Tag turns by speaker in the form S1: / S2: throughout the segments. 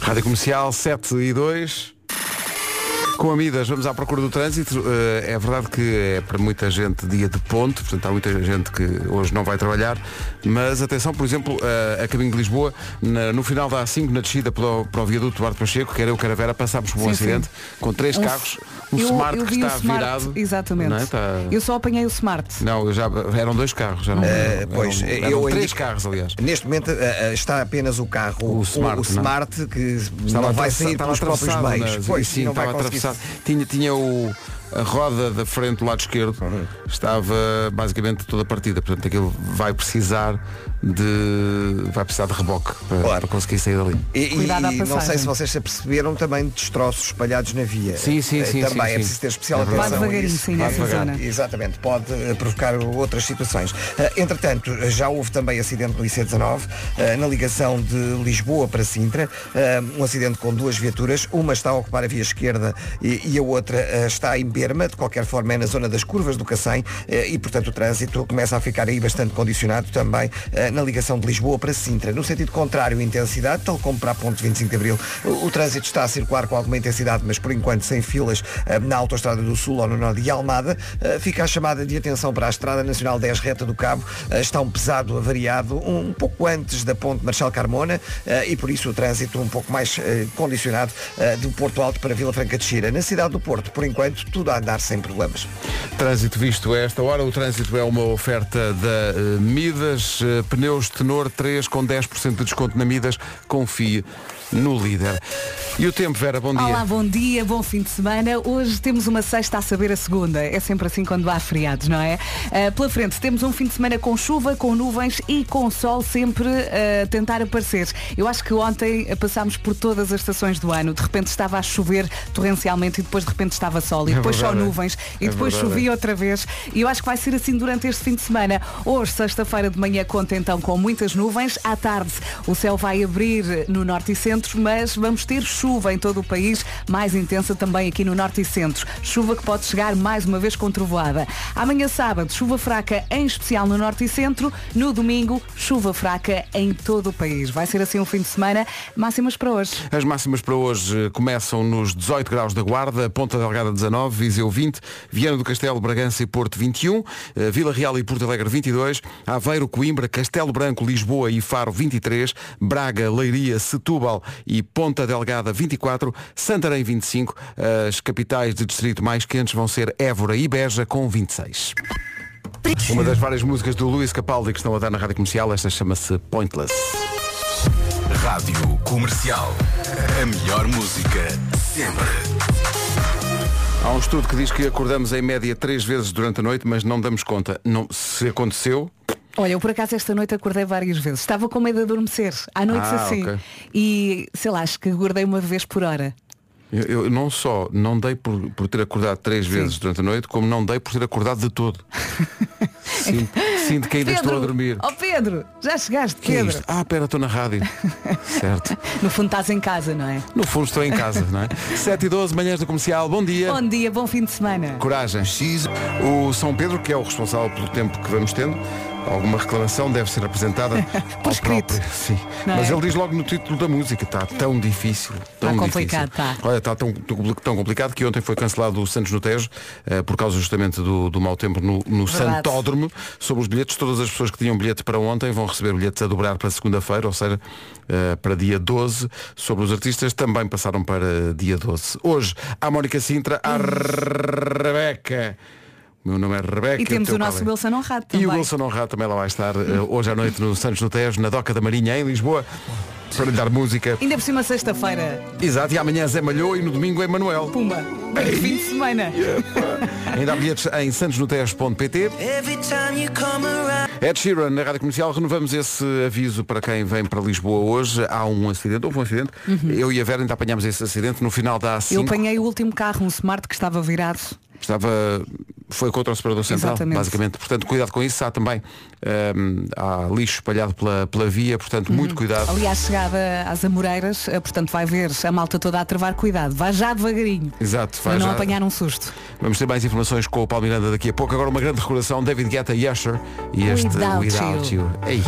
S1: Rádio Comercial 7 e 2. Com amigas, vamos à procura do trânsito. Eh, é verdade que é para muita gente dia de ponto, portanto há muita gente que hoje não vai trabalhar, mas atenção, por exemplo, eh, a caminho de Lisboa, na- no final da A5, na descida para o, para o viaduto Duarte Pacheco, quer eu, quer a Vera, passámos por um
S2: Sim, sim.
S1: acidente com três
S2: Um-
S1: carros, um
S2: eu,
S1: Smart
S2: eu
S1: que
S2: vi o
S1: está
S2: Smart,
S1: virado.
S2: Exatamente.
S1: Não, é? Está-
S2: Eu só apanhei o Smart.
S1: Não, eu já eram dois carros, eram, eram-
S3: Eh, pois,
S1: eram
S3: eu
S1: três
S3: indico-
S1: carros, aliás.
S3: Neste momento eh, eh, está apenas o carro, o,
S1: Smart,
S3: o
S1: não é?
S3: Smart, que não vai sair
S1: estava
S3: pelos próprios
S1: atravessado,
S3: meios.
S1: mas-
S3: pois,
S1: sim,
S3: não vai
S1: estava
S3: conseguir.
S1: atravessado. Tinha, tinha o, a roda da frente do lado esquerdo, estava basicamente toda partida, portanto aquilo vai precisar de. vai precisar de reboque para,
S3: Claro.
S1: para conseguir sair dali.
S3: E, e-
S2: Cuidado à
S3: e não sei
S2: passagem.
S3: se vocês se aperceberam também de destroços espalhados na via.
S1: Sim, sim,
S3: Eh,
S1: sim,
S3: Também
S1: sim,
S3: é
S1: sim.
S3: preciso ter especial
S1: É verdade.
S3: atenção.
S2: Vá
S3: a
S2: devagarinho,
S3: isso.
S2: sim,
S1: nessa Vá devagar.
S2: zona.
S3: Exatamente, pode eh, provocar outras situações. Eh, Entretanto, eh, já houve também acidente no IC19, eh, na ligação de Lisboa para Sintra, eh, um acidente com duas viaturas, uma está a ocupar a via esquerda e, e a outra eh, está em Berma, de qualquer forma é na zona das curvas do Cacém eh, e, portanto, o trânsito começa a ficar aí bastante condicionado também eh, na ligação de Lisboa para Sintra. No sentido contrário, intensidade, tal como para a ponte 25 de Abril, o, o trânsito está a circular com alguma intensidade, mas por enquanto sem filas eh, na Autostrada do Sul ou no Nó de Almada. Eh, Fica a chamada de atenção para a Estrada Nacional 10 Reta do Cabo. Eh, Está um pesado avariado um um pouco antes da ponte Marchal Carmona eh, e por isso o trânsito um pouco mais eh, condicionado eh, do Porto Alto para Vila Franca de Xira. Na cidade do Porto, por enquanto, tudo a andar sem problemas.
S1: Trânsito visto a esta hora, o trânsito é uma oferta da eh, Midas, eh, pneus Tenor 3 com 10% de desconto na Midas, confie no líder. E o tempo, Vera, bom dia.
S2: Olá, bom dia, bom fim de semana. Hoje temos uma sexta a saber a segunda. É sempre assim quando há feriados, não é? Ah, pela frente temos um fim de semana com chuva, com nuvens e com sol sempre ah, a tentar aparecer. Eu acho que ontem ah, passámos por todas as estações do ano. De repente estava a chover torrencialmente e depois de repente estava sol e
S1: É
S2: depois só
S1: verdade, é.
S2: nuvens e
S1: É
S2: depois
S1: verdade,
S2: chovia outra vez. E eu acho que vai ser assim durante este fim de semana. Hoje, sexta-feira de manhã, conta então com muitas nuvens. À tarde, o céu vai abrir no norte e centro, mas vamos ter chuva em todo o país, mais intensa também aqui no norte e centro. Chuva que pode chegar mais uma vez com trovoada. Amanhã, sábado, chuva fraca, em especial no norte e centro. No domingo, chuva fraca em todo o país. Vai ser assim um fim de semana. Máximas para hoje.
S1: As máximas para hoje eh, começam nos 18 graus da Guarda, Ponta Delgada 19, Viseu 20, Viana do Castelo, Bragança e Porto 21, eh, Vila Real e Porto Alegre 22, Aveiro, Coimbra, Castelo Branco, Lisboa e Faro 23, Braga, Leiria, Setúbal e Ponta Delgada 24, Santarém 25. As capitais de distrito mais quentes vão ser Évora e Beja com 26. Uma das várias músicas do Luís Capaldi que estão a dar na rádio comercial, esta chama-se Pointless.
S4: Rádio Comercial. A melhor música sempre.
S1: Há um estudo que diz que acordamos em média três vezes durante a noite, mas não damos conta. Não, se aconteceu,
S2: Olha, eu por acaso esta noite acordei várias vezes. Estava com medo de adormecer. À noite
S1: Ah,
S2: assim.
S1: ok.
S2: E sei lá, acho que acordei uma vez por hora.
S1: eu, eu não só não dei por, por ter acordado três vezes durante a noite, como não dei por ter acordado de todo. sinto, sinto que ainda estou a dormir.
S2: Oh Pedro, já chegaste,
S1: que é
S2: Pedro.
S1: isto? Ah, pera, estou na rádio. certo.
S2: no fundo estás em casa, não é?
S1: No fundo estou em casa, não é? 7 e 12, manhãs da comercial, bom dia.
S2: Bom dia, bom fim de semana.
S1: Coragem. O São Pedro, que é o responsável pelo tempo que vamos tendo, alguma reclamação deve ser apresentada
S2: Por
S1: ao
S2: escrito.
S1: próprio. Sim.
S2: Não
S1: Mas
S2: é?
S1: ele diz logo no título da música, está tão difícil. Tão
S2: Tá complicado,
S1: difícil.
S2: tá.
S1: Olha, está tão, tão complicado que ontem foi cancelado o Santos no Tejo, eh, por causa justamente do, do mau tempo no, no
S2: Verdade.
S1: Santódromo. Sobre os bilhetes, todas as pessoas que tinham bilhete para ontem vão receber bilhetes a dobrar para segunda-feira, ou seja, eh, para dia 12. Sobre os artistas, também passaram para dia 12. Hoje, a Mónica Sintra, a
S2: Hum.
S1: Rebeca. O meu nome é Rebeca.
S2: E temos
S1: teu
S2: o nosso
S1: qual é?
S2: Wilson Honrado
S1: E o
S2: também.
S1: Wilson Honrado também lá vai estar eh, hoje à noite no Santos no Tejo, na Doca da Marinha, em Lisboa, para lhe dar música.
S2: Ainda por cima sexta-feira.
S1: Exato, e amanhã Zé Malhou e no domingo é Manuel.
S2: Pumba. Bem que fim de semana.
S1: é assim. Ainda há bilhetes em santosnotejo.pt Ed Sheeran, na Rádio Comercial, renovamos esse aviso para quem vem para Lisboa hoje. Há um acidente, houve um acidente. Eu e a Vera ainda apanhámos esse acidente no final da A5.
S2: Uhum. Eu apanhei o último carro, um smart que estava virado.
S1: Estava, foi contra o separador central,
S2: Exatamente.
S1: basicamente. Portanto, cuidado com isso. Há também hum, há lixo espalhado pela, pela via, portanto,
S2: Uhum.
S1: muito cuidado.
S2: Aliás, chegada às Amoreiras, eh, portanto vai ver a malta toda a travar cuidado. Vai já devagarinho.
S1: Exato, vai
S2: para não
S1: já.
S2: apanhar um susto.
S1: Vamos ter mais informações com o Paulo Miranda daqui a pouco. Agora uma grande recordação, David Guetta e Usher. E este
S2: Without
S1: Without You.
S2: You.
S1: Ei,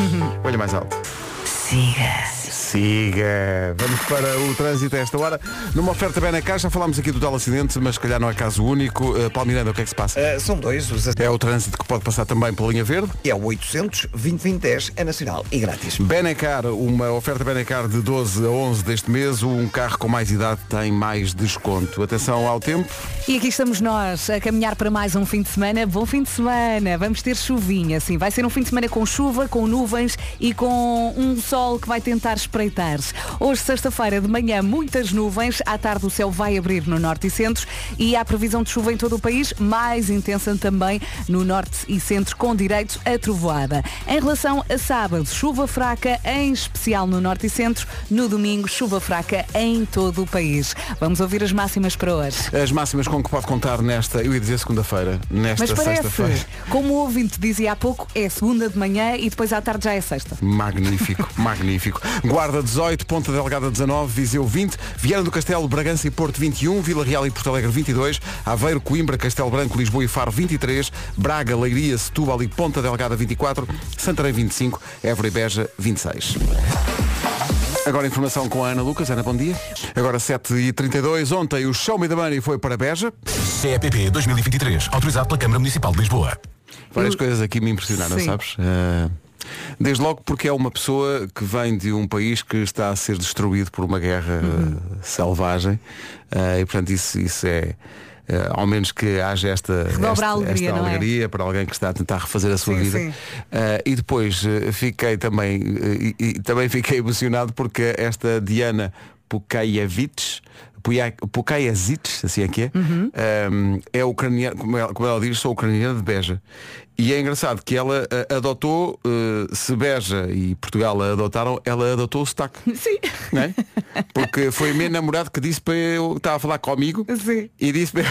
S1: olha mais alto.
S2: Siga.
S5: Siga.
S1: Vamos para o trânsito a esta hora. Numa oferta bem na caixa, falámos aqui do tal acidente, mas se calhar não é caso único. Uh, Paulo Miranda, o que é que se passa?
S3: Eh, são dois, os ac-
S1: É o trânsito que pode passar também pela linha verde.
S3: é o 800 2010 é nacional e grátis.
S1: Benecar, uma oferta Benecar de 12 a 11 deste mês. Um carro com mais idade tem mais desconto. Atenção ao tempo.
S2: E aqui estamos nós a caminhar para mais um fim de semana. Bom fim de semana. Vamos ter chuvinha, sim. Vai ser um fim de semana com chuva, com nuvens e com um sol que vai tentar espreitar-se. Hoje, sexta-feira, de manhã, muitas nuvens. À tarde, o céu vai abrir no norte e centro. E há previsão de chuva em todo o país, mais intensa também no norte e centro, com direito a trovoada. Em relação a sábado, chuva fraca, em especial no norte e centro. No domingo, chuva fraca em todo o país. Vamos ouvir as máximas para hoje.
S1: As máximas com que pode contar nesta, eu ia dizer segunda-feira, nesta
S2: Mas parece,
S1: sexta-feira.
S2: como o ouvinte dizia há pouco, é segunda de manhã e depois à tarde já é sexta.
S1: Magnífico, magnífico. Guarda 18, Ponta Delgada 19, Viseu 20, Viana do Castelo, Bragança e Porto 21, Vila Real e Porto Alegre 22, Aveiro, Coimbra, Castelo Branco, Lisboa e Faro 23, Braga, Leiria, Setúbal e Ponta Delgada 24, Santarém 25, Évora e Beja 26. Agora informação com a Ana Lucas. Ana, bom dia. Agora 7h32. Ontem o Show Me the Money foi para Beja.
S4: CEPP 2023, autorizado pela Câmara Municipal de Lisboa.
S1: Várias coisas aqui me impressionaram,
S2: Sim.
S1: sabes? Eh, desde logo porque é uma pessoa que vem de um país que está a ser destruído por uma guerra
S2: Uhum.
S1: eh, selvagem Eh, e portanto isso, isso é. eh, ao menos que haja esta,
S2: Redobra a
S1: esta,
S2: alegria,
S1: esta
S2: não é?
S1: alegria para alguém que está a tentar refazer a sua
S2: Sim,
S1: vida.
S2: sim.
S1: Eh, e depois eh, fiquei também, eh, e, e também fiquei emocionado porque esta Diana Pukajevich, Pukajevic, assim é que é,
S2: Uhum.
S1: ehm, é ucraniana, como ela, como ela diz, sou ucraniana de Beja. E é engraçado que ela eh, adotou, eh, se Beja e Portugal a adotaram, ela adotou o sotaque.
S2: Sim.
S1: Não é? Porque foi o meu namorado que disse para eu estava a falar comigo
S2: Sim.
S1: e disse para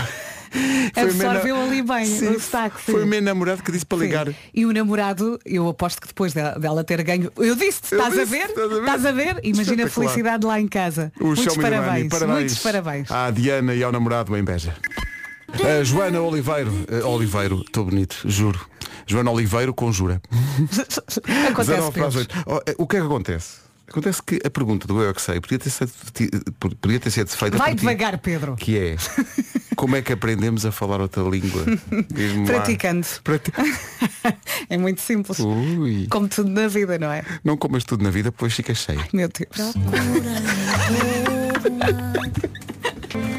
S1: foi o meu
S2: Absorveu
S1: na-
S2: É ali bem o sotaque, sim.
S1: Foi o meu namorado que disse para
S2: Sim.
S1: ligar.
S2: E o namorado, eu aposto que depois dela, dela ter ganho, eu disse-te,
S1: Eu
S2: estás a
S1: disse,
S2: ver?
S1: estás a ver?
S2: Estás a ver? Imagina a
S1: Espetacular.
S2: felicidade lá em casa.
S1: O
S2: muitos
S1: Show Me the Money.
S2: parabéns,
S1: parabéns.
S2: muitos parabéns.
S1: À Diana e ao namorado em Beja. A Joana Oliveiro, eh, Oliveiro, estou bonito, juro. Joana Oliveiro conjura.
S2: Acontece
S1: 19 para as
S2: Pedro.
S1: oito. Oh, eh, O que é que acontece? Acontece que a pergunta do Eu é que sei podia ter sido, ti- eh, podia ter sido feita
S2: Vai
S1: por ti,
S2: devagar, Pedro.
S1: que é como é que aprendemos a falar outra língua? Diz-me lá.
S2: Praticando.
S1: Prati-
S2: É muito simples.
S1: Ui,
S2: Como tudo na vida, não é?
S1: não comas tudo na vida, pois fica cheio.
S2: Meu Deus.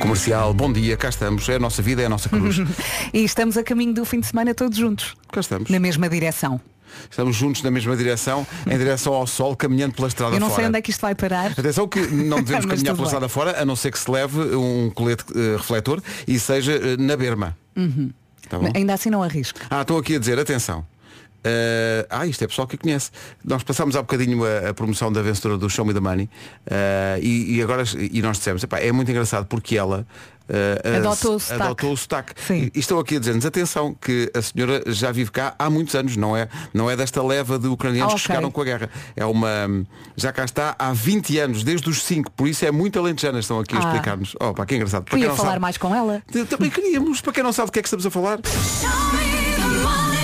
S1: Comercial, bom dia, cá estamos. É a nossa vida, é a nossa cruz.
S2: E estamos a caminho do fim de semana todos juntos,
S1: cá estamos.
S2: na mesma direção.
S1: Estamos juntos na mesma direção, em direção ao sol, caminhando pela estrada
S2: Eu não
S1: fora. Uhum.
S2: sei onde é que isto vai parar.
S1: Atenção que não devemos
S2: Mas
S1: caminhar pela
S2: tudo bem.
S1: estrada fora, a não ser que se leve um colete eh, refletor e seja eh, na berma.
S2: Uhum.
S1: Tá bom?
S2: Ainda assim não arrisco.
S1: Ah, estou aqui a dizer, atenção. Eh, ah, isto é pessoal que conhece. Nós passámos há bocadinho a, a promoção da vencedora do Show Me the Money eh, e, e agora e nós dissemos, "Epá, é muito engraçado porque ela eh, eh,
S2: Adotou o
S1: se-
S2: sotaque.
S1: adotou o sotaque.
S2: Sim.
S1: E, e estou aqui a dizer-nos, atenção, que a senhora já vive cá há muitos anos, não é, não é desta leva de ucranianos
S2: Ah,
S1: que
S2: ok.
S1: chegaram com a guerra. É uma. Já cá está há 20 anos, desde os 5, por isso é muito alentejana, estão aqui a
S2: Ah.
S1: explicar-nos. Oh, pá, que engraçado. Para quem
S2: Queria
S1: não
S2: falar
S1: sabe-
S2: mais com ela.
S1: Também queríamos, para quem não sabe do que é que estamos a falar.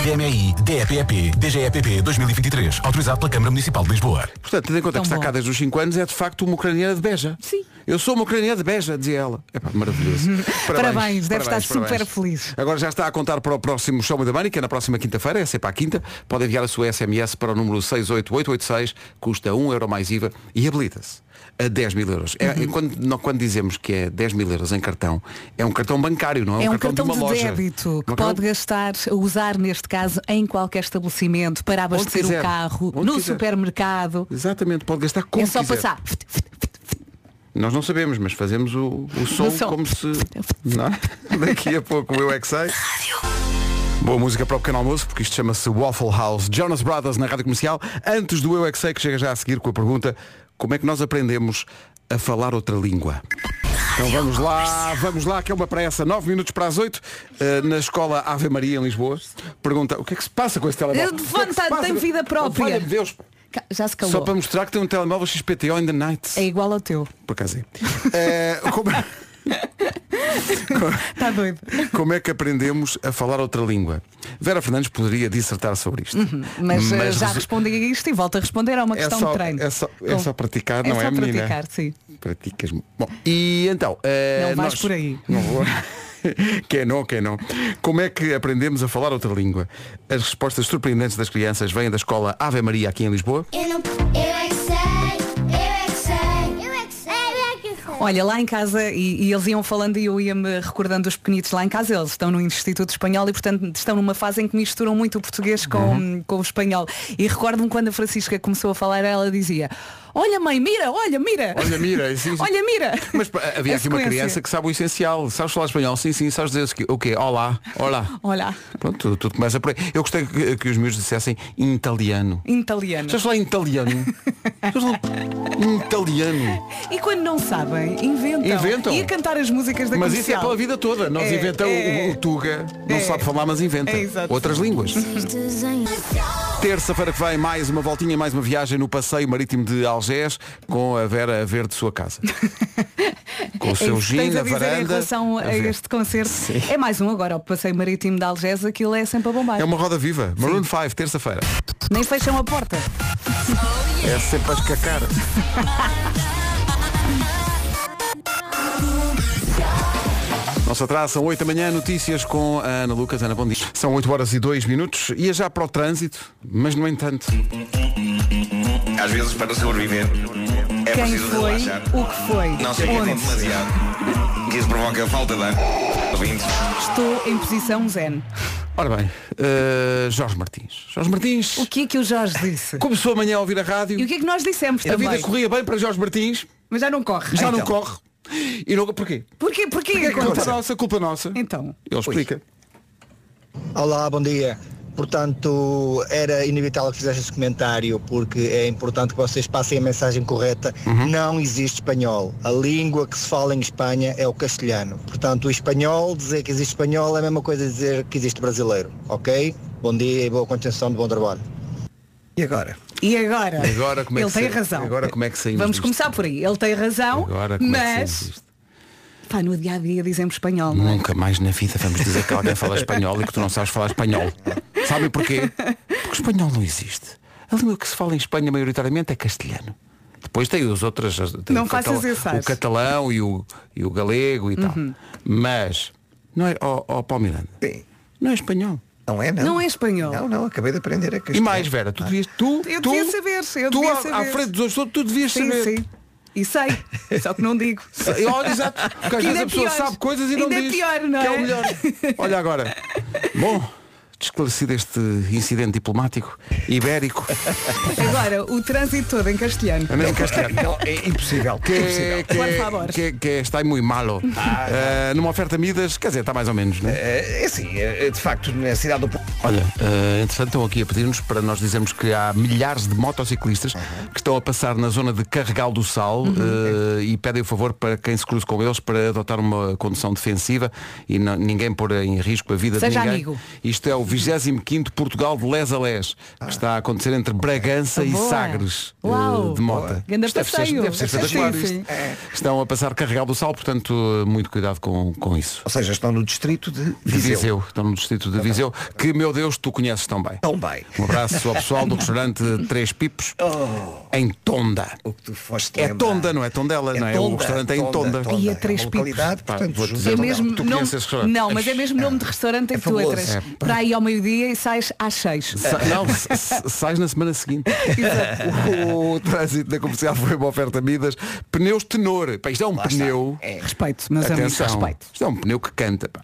S4: DMI, DEPEP, DGEPP 2023, autorizado pela Câmara Municipal de Lisboa.
S1: Portanto, tendo em conta
S2: Tão
S1: que está
S2: bom.
S1: cá desde os 5 anos, é de facto uma ucraniana de Beja.
S2: Sim.
S1: Eu sou uma ucraniana de Beja, dizia ela. É maravilhoso.
S2: Parabéns, deve estar super feliz.
S1: Agora já está a contar para o próximo Show Me the Money, que é na próxima quinta-feira, é sempre à quinta. Pode enviar a sua SMS para o número 68886, custa 1 euro mais IVA e habilita-se a 10 mil euros. É,
S2: Uhum.
S1: quando, não- quando dizemos que é 10 mil euros em cartão, é um cartão bancário, não é,
S2: É um
S1: cartão,
S2: cartão
S1: de
S2: de,
S1: uma loja.
S2: débito que
S1: Um
S2: pode
S1: cartão-
S2: gastar, usar neste caso, em qualquer estabelecimento, para abastecer
S1: quiser.
S2: o carro,
S1: Onde
S2: no
S1: quiser.
S2: supermercado.
S1: Exatamente, pode gastar como
S2: é só
S1: quiser.
S2: passar.
S1: Nós não sabemos, mas fazemos o, o som,
S2: som.
S1: como se. Não é? Daqui a pouco eu é que sei. Boa música para o pequeno almoço, porque isto chama-se Waffle House. Jonas Brothers na rádio comercial, antes do Eu é que sei, que chega já a seguir com a pergunta: como é que nós aprendemos a falar outra língua? Então vamos lá, vamos lá, que é uma pressa. 9 minutos para as 8, na escola Ave Maria, em Lisboa. Pergunta: o que é que se passa com esse telemóvel? O
S2: Ele
S1: que é que se
S2: levanta,
S1: passa
S2: tem
S1: com-
S2: vida própria.
S1: Valha-me Deus, pá.
S2: Ca- Já se calou.
S1: só para mostrar que tem um telemóvel XPTO in the night.
S2: É igual ao teu.
S1: Por acaso é. Eh, como...
S2: Está doido.
S1: Como é que aprendemos a falar outra língua? Vera Fernandes poderia dissertar sobre isto.
S2: Mas, eh, já
S1: resu-
S2: respondi a isto e volto a responder. É uma
S1: é
S2: questão
S1: só,
S2: de treino.
S1: é, só, é
S2: Com-
S1: só praticar,
S2: é
S1: não
S2: só
S1: é, menina?
S2: praticar, sim.
S1: Praticas muito. Bom, e então... eh,
S2: Não vais
S1: nós-
S2: por aí.
S1: Não vou. Quem não, quem não. Como é que aprendemos a falar outra língua? As respostas surpreendentes das crianças vêm da escola Ave Maria aqui em Lisboa.
S5: Eu não. Eu é que sei, eu é que sei, eu é que sei, eu é que sei.
S2: Olha, lá em casa, e, e eles iam falando e eu ia-me recordando dos pequenitos lá em casa, eles estão no Instituto Espanhol e, portanto, estão numa fase em que misturam muito o português com,
S1: Uhum.
S2: com o espanhol. E recordo-me quando a Francisca começou a falar, ela dizia, olha mãe, mira, olha, mira.
S1: Olha, mira, sim, sim.
S2: olha, mira.
S1: Mas pá, havia
S2: A
S1: aqui uma
S2: sequência.
S1: criança que sabe o essencial. Sabes falar espanhol? Sim, sim, sabes dizer o quê? Olá, olá.
S2: Olha,
S1: Pronto, tudo, tudo começa por aí. Eu gostei que, que os meus dissessem em italiano.
S2: em italiano.
S1: Sabes falar em italiano? Sabes falar em italiano.
S2: E quando não sabem, inventam.
S1: Inventam.
S2: E a cantar as músicas da
S1: Mas
S2: comercial.
S1: isso é pela vida toda. Nós
S2: É,
S1: inventamos
S2: é.
S1: o, o Tuga, não
S2: É.
S1: sabe falar, mas inventa.
S2: É, exato.
S1: Outras línguas. Terça-feira que vem, mais uma voltinha, mais uma viagem no passeio marítimo de Algés com a Vera a ver de sua casa. Com o
S2: É
S1: seu
S2: isso que
S1: gin
S2: tens
S1: na
S2: a dizer
S1: varanda.
S2: em relação a,
S1: ver.
S2: este concerto. É mais um agora, o passeio marítimo de Algés, aquilo é sempre a bombar.
S1: É uma roda viva. Maroon 5, terça-feira.
S2: Nem fecham a porta.
S1: É sempre a escacar. Nosso atraso são 8 da manhã, notícias com a Ana Lucas. Ana, bom dia. São 8 horas e 2 minutos. Ia já para o trânsito, mas no entanto.
S6: Às vezes, para sobreviver, é
S2: Quem
S6: preciso
S2: foi,
S6: relaxar.
S2: o que foi,
S6: Não
S1: é
S2: onde
S6: se inquietem é demasiado. Que isso provoca falta de ar. Ouvintes,
S2: estou em posição zen.
S1: Ora bem, eh, Jorge Martins. Jorge Martins
S2: O que é que o Jorge disse?
S1: começou amanhã a ouvir a
S2: E o
S1: rádio.
S2: que é que nós dissemos
S1: A
S2: também?
S1: vida corria bem para Jorge Martins,
S2: Mas já não corre.
S1: já não
S2: Então.
S1: corre. E não, porquê? É
S2: Porquê? Porquê?
S1: Culpa nossa, culpa nossa.
S2: Então.
S1: Ele explica.
S7: Olá, bom dia. Portanto, era inevitável que fizesse esse comentário, porque é importante que vocês passem a mensagem correta. Não existe espanhol. A língua que se fala em Espanha é o castelhano. Portanto, o espanhol, dizer que existe espanhol é a mesma coisa dizer que existe brasileiro, ok? Bom dia e boa continuação de bom trabalho.
S3: E agora?
S2: E agora?
S1: Agora como é que
S2: Ele tem
S1: sa-
S2: razão.
S1: agora como é que saímos
S2: Vamos
S1: disto?
S2: começar por aí. Ele tem razão,
S1: Agora como é que saímos
S2: mas
S1: disto? Hum.
S2: pá, no dia a dia dizemos espanhol, não é?
S1: Nunca mais na vida vamos dizer que alguém fala espanhol e que tu não sabes falar espanhol. Sabem porquê? Porque o espanhol não existe. A língua que se fala em Espanha maioritariamente é castelhano. Depois tem os outras. tem
S2: Não
S1: o
S2: faças Uhum.
S1: catala-
S2: esse ar.
S1: O catalão e o, e o galego e tal. Mas, não é, ó ó, Paulo Miranda,
S3: Sim.
S1: não é espanhol.
S3: Não é, não.
S2: Não é espanhol.
S3: Não, não, acabei de aprender a
S1: E
S3: castelhano. Ah.
S1: mais, Vera, tu devias. Tu,
S2: Eu
S1: tu,
S2: devia saber, eu
S1: tu
S2: devia
S1: à, à
S2: saber.
S1: frente dos outros, todos, tu devias
S2: Sim,
S1: saber.
S2: sim. E sei. Só que não digo.
S1: E Olha, exato. Porque às
S2: Ainda é
S1: vezes a pessoa
S2: pior.
S1: sabe coisas e não
S2: Ainda é
S1: diz.
S2: pior, não
S1: que é?
S2: é?
S1: o melhor. Olha agora. Bom, esclarecido este incidente diplomático ibérico.
S2: Agora, o trânsito todo em castelhano.
S1: Ana em castelhano.
S3: Não, é impossível.
S1: Que,
S3: impossível.
S1: que, é,
S2: Por favor.
S1: que, que está muito malo. Eh, numa oferta Midas, quer dizer, está mais ou menos, né?
S3: É, é assim, é, é, de facto, na cidade do Porto.
S1: Olha, eh, entretanto estão aqui a pedir-nos para nós dizermos que há milhares de motociclistas
S2: Uhum.
S1: que estão a passar na zona de Carregal do Sal eh, e pedem o favor para quem se cruze com eles para adotar uma condução defensiva e não- ninguém pôr em risco a vida
S2: Seja
S1: de ninguém.
S2: amigo.
S1: Isto é o 25 Portugal de Les a Les, que está a acontecer entre Bragança e
S2: Boa.
S1: Sagres eh,
S2: Uau.
S1: de moto.
S2: Ganda
S1: Isto deve ser-
S2: passeio.
S1: deve ser
S2: Sim,
S1: espetacular
S2: sim.
S1: isto. Estão a passar Carregal do Sal, portanto, eh, muito cuidado com, com isso.
S3: Ou seja, estão no distrito de
S1: De Viseu.
S3: Viseu.
S1: estão no distrito de Viseu, que meu Deus, tu conheces tão bem.
S3: Tão bem.
S1: Um abraço ao pessoal do restaurante Três Pipos em Tonda.
S3: Oh, O que tu foste
S1: É
S3: lembrar.
S1: Tonda, não é Tondela, não é? O restaurante é em Tonda.
S2: E a
S3: é
S2: Três
S3: uma
S2: Picos.
S3: localidade,
S1: Pá,
S3: portanto,
S1: vou
S3: junto
S1: dizer
S3: a
S2: É
S1: Não,
S3: Tondela.
S2: mesmo
S1: tu
S2: nome,
S1: conheces esse restaurante.
S2: não, mas é mesmo nome de restaurante em que tu
S3: fabuloso.
S2: entras
S3: É,
S2: para aí ao meio-dia e sais às seis.
S1: Sa não, s- s- sais na semana seguinte. o, trânsito da comercial foi uma oferta Midas. Pneus tenor. Pá, isto é um pneu.
S2: Respeito, meus amigos,
S1: Atenção,
S2: respeito.
S1: isto é um pneu que canta. pá.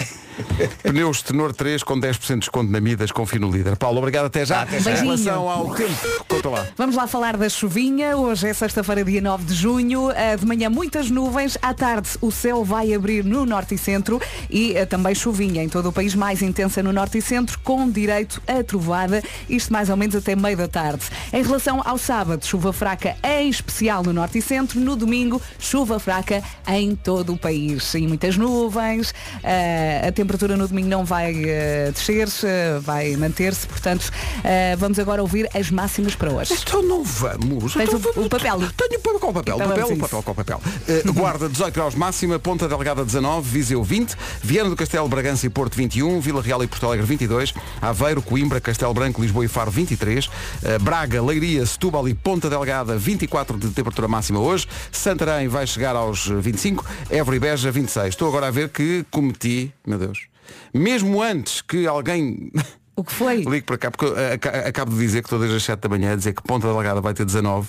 S1: Pneus Tenor 3 com 10% de desconto na Midas, confio no líder. Paulo, obrigado até já.
S2: já.
S1: Em relação
S2: Beijinho.
S1: ao tempo, conta lá.
S2: Vamos lá falar da chuvinha. Hoje é sexta-feira, dia 9 de junho. Ah, De manhã, muitas nuvens. À tarde, o eh, céu vai abrir no norte e centro e ah, também chuvinha em todo o país, mais intensa no norte e centro, com direito a trovada, isto mais ou menos até meio da tarde. Em relação ao sábado, chuva fraca em especial no norte e centro, no domingo, chuva fraca em todo o país. E muitas nuvens, eh, a temperatura no domingo não vai eh, descer, eh, vai manter-se, portanto, eh, vamos agora ouvir as máximas para hoje.
S1: Então não vamos.
S2: Tens
S1: Então
S2: o-
S1: vamos.
S2: o papel.
S1: Tenho papel com papel.
S2: Então
S1: papel,
S2: vamos a
S1: papel com papel. Eh, Guarda 18 graus máxima, Ponta Delgada 19, Viseu 20, Viana do Castelo, Bragança e Porto 21, Vila Real e Porto Alegre 22, Aveiro, Coimbra, Castelo Branco, Lisboa e Faro 23, eh, Braga, Leiria, Setúbal e Ponta Delgada 24 de temperatura máxima hoje, Santarém vai chegar aos eh, 25, Évora e Beja 26. Estou agora a ver que cometi, meu Deus, mesmo antes que alguém
S2: O que foi?
S1: Ligo para cá, porque eu, a- a- acabo de dizer que todas as 7 da manhã, a dizer que Ponta Delgada vai ter 19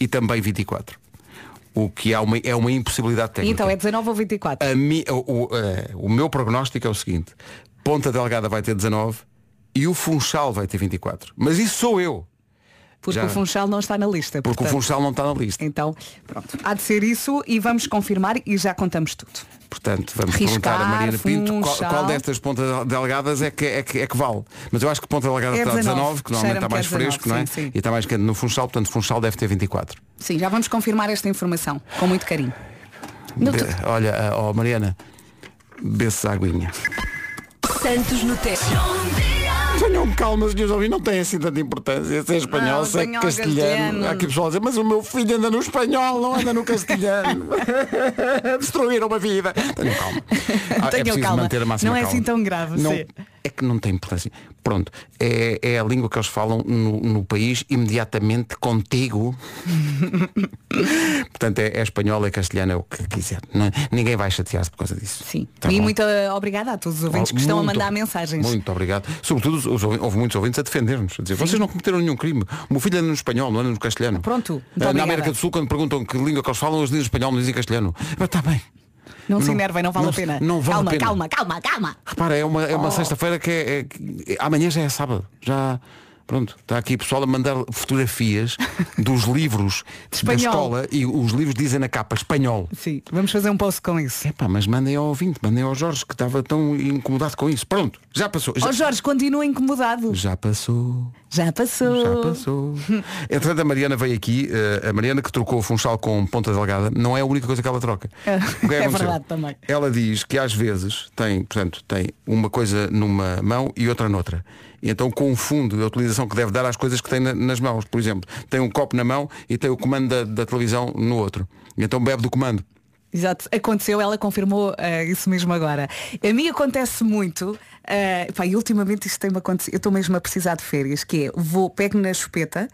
S1: e também 24. O que há uma- é uma impossibilidade técnica.
S2: Então é 19 ou 24?
S1: A mi- o, o- eh, o meu prognóstico é o seguinte. Ponta Delgada vai ter 19 e o Funchal vai ter 24. Mas isso sou eu,
S2: Porque
S1: É, já.
S2: o Funchal não está na lista.
S1: porque
S2: portanto.
S1: o Funchal não está na lista.
S2: Então, pronto. Há de ser isso e vamos confirmar e já contamos tudo.
S1: Portanto, vamos
S2: Riscar,
S1: perguntar a Mariana Pinto qual,
S2: Funchal.
S1: qual destas pontas delgadas é que, é, que, é que vale. Mas eu acho que ponta delgada
S2: É
S1: está a 19,
S2: 19,
S1: que normalmente está
S2: cheira-me
S1: mais
S2: que é 19,
S1: fresco, não é?
S2: sim, sim.
S1: E está mais quente no Funchal, portanto Funchal deve ter 24.
S2: Sim, já vamos confirmar esta informação com muito carinho. No
S1: Be-
S2: tu-
S1: Olha, ah, ó Mariana, bebe-se a aguinha.
S8: Santos no Té.
S1: Tenham calma, senhores ouvintes, não tem assim tanta importância. Se é espanhol,
S2: Não,
S1: se é
S2: espanhol,
S1: castelhano.
S2: castelhano.
S1: Há aqui pessoal a dizer, mas o meu filho anda no espanhol, não anda no castelhano. Destruíram uma vida. Tenham calma. Ah,
S2: Tenham
S1: é preciso
S2: calma.
S1: manter a máxima
S2: Não é
S1: calma.
S2: assim tão grave,
S1: Não,
S2: sim.
S1: é que não tem importância. Pronto, é, é a língua que eles falam no, no país imediatamente contigo. Portanto, é, é espanhol, é castelhano, é o que quiser. Não- ninguém vai chatear-se por causa disso.
S2: Sim.
S1: Tá
S2: e
S1: bom?
S2: muito eh, obrigada a todos os ouvintes que
S1: Oh,
S2: estão a
S1: muito,
S2: mandar mensagens.
S1: Muito obrigado. Sobretudo, os- os ouvi- houve muitos ouvintes a defender-nos. A dizer, vocês não cometeram nenhum crime. O meu filho anda no espanhol, não anda no castelhano.
S2: Ah, Pronto, muito
S1: Eh, Na
S2: obrigada.
S1: América do Sul, quando perguntam que língua que eles falam, eles dizem espanhol, não dizem castelhano. Mas está bem.
S2: Não se
S1: Não-
S2: enervem, não vale
S1: não
S2: a
S1: se-
S2: pena.
S1: não vale a
S2: calma,
S1: pena.
S2: calma, calma, calma.
S1: Repara, é uma, é
S2: Oh.
S1: uma sexta-feira que é, é que- é- Amanhã já é sábado. Já. Pronto, está aqui pessoal a mandar fotografias dos livros da
S2: espanhol.
S1: escola e os livros dizem na capa espanhol.
S2: Sim, vamos fazer um post com isso.
S1: Epá, mas mandem ao ouvinte, mandem ao Jorge que estava tão incomodado com isso. Pronto, já passou. Já,
S2: Ó Oh, Jorge, continua incomodado.
S1: já passou.
S2: Já passou.
S1: Já passou. Entretanto, a Mariana veio aqui, eh, a Mariana que trocou o Funchal com Ponta Delgada, não é a única coisa que ela troca.
S2: É,
S1: O que
S2: é
S1: aconteceu?
S2: verdade também.
S1: Ela diz que às vezes tem, portanto, tem uma coisa numa mão e outra noutra. E então confunde a utilização que deve dar às coisas que tem na- nas mãos. Por exemplo, tem um copo na mão e tem o comando da, da televisão no outro. E então bebe do comando.
S2: Exato, aconteceu, ela confirmou eh, isso mesmo agora. A mim acontece muito, eh, pá, e ultimamente isto tem-me acontecido, eu estou mesmo a precisar de férias, que é, vou, pego na chupeta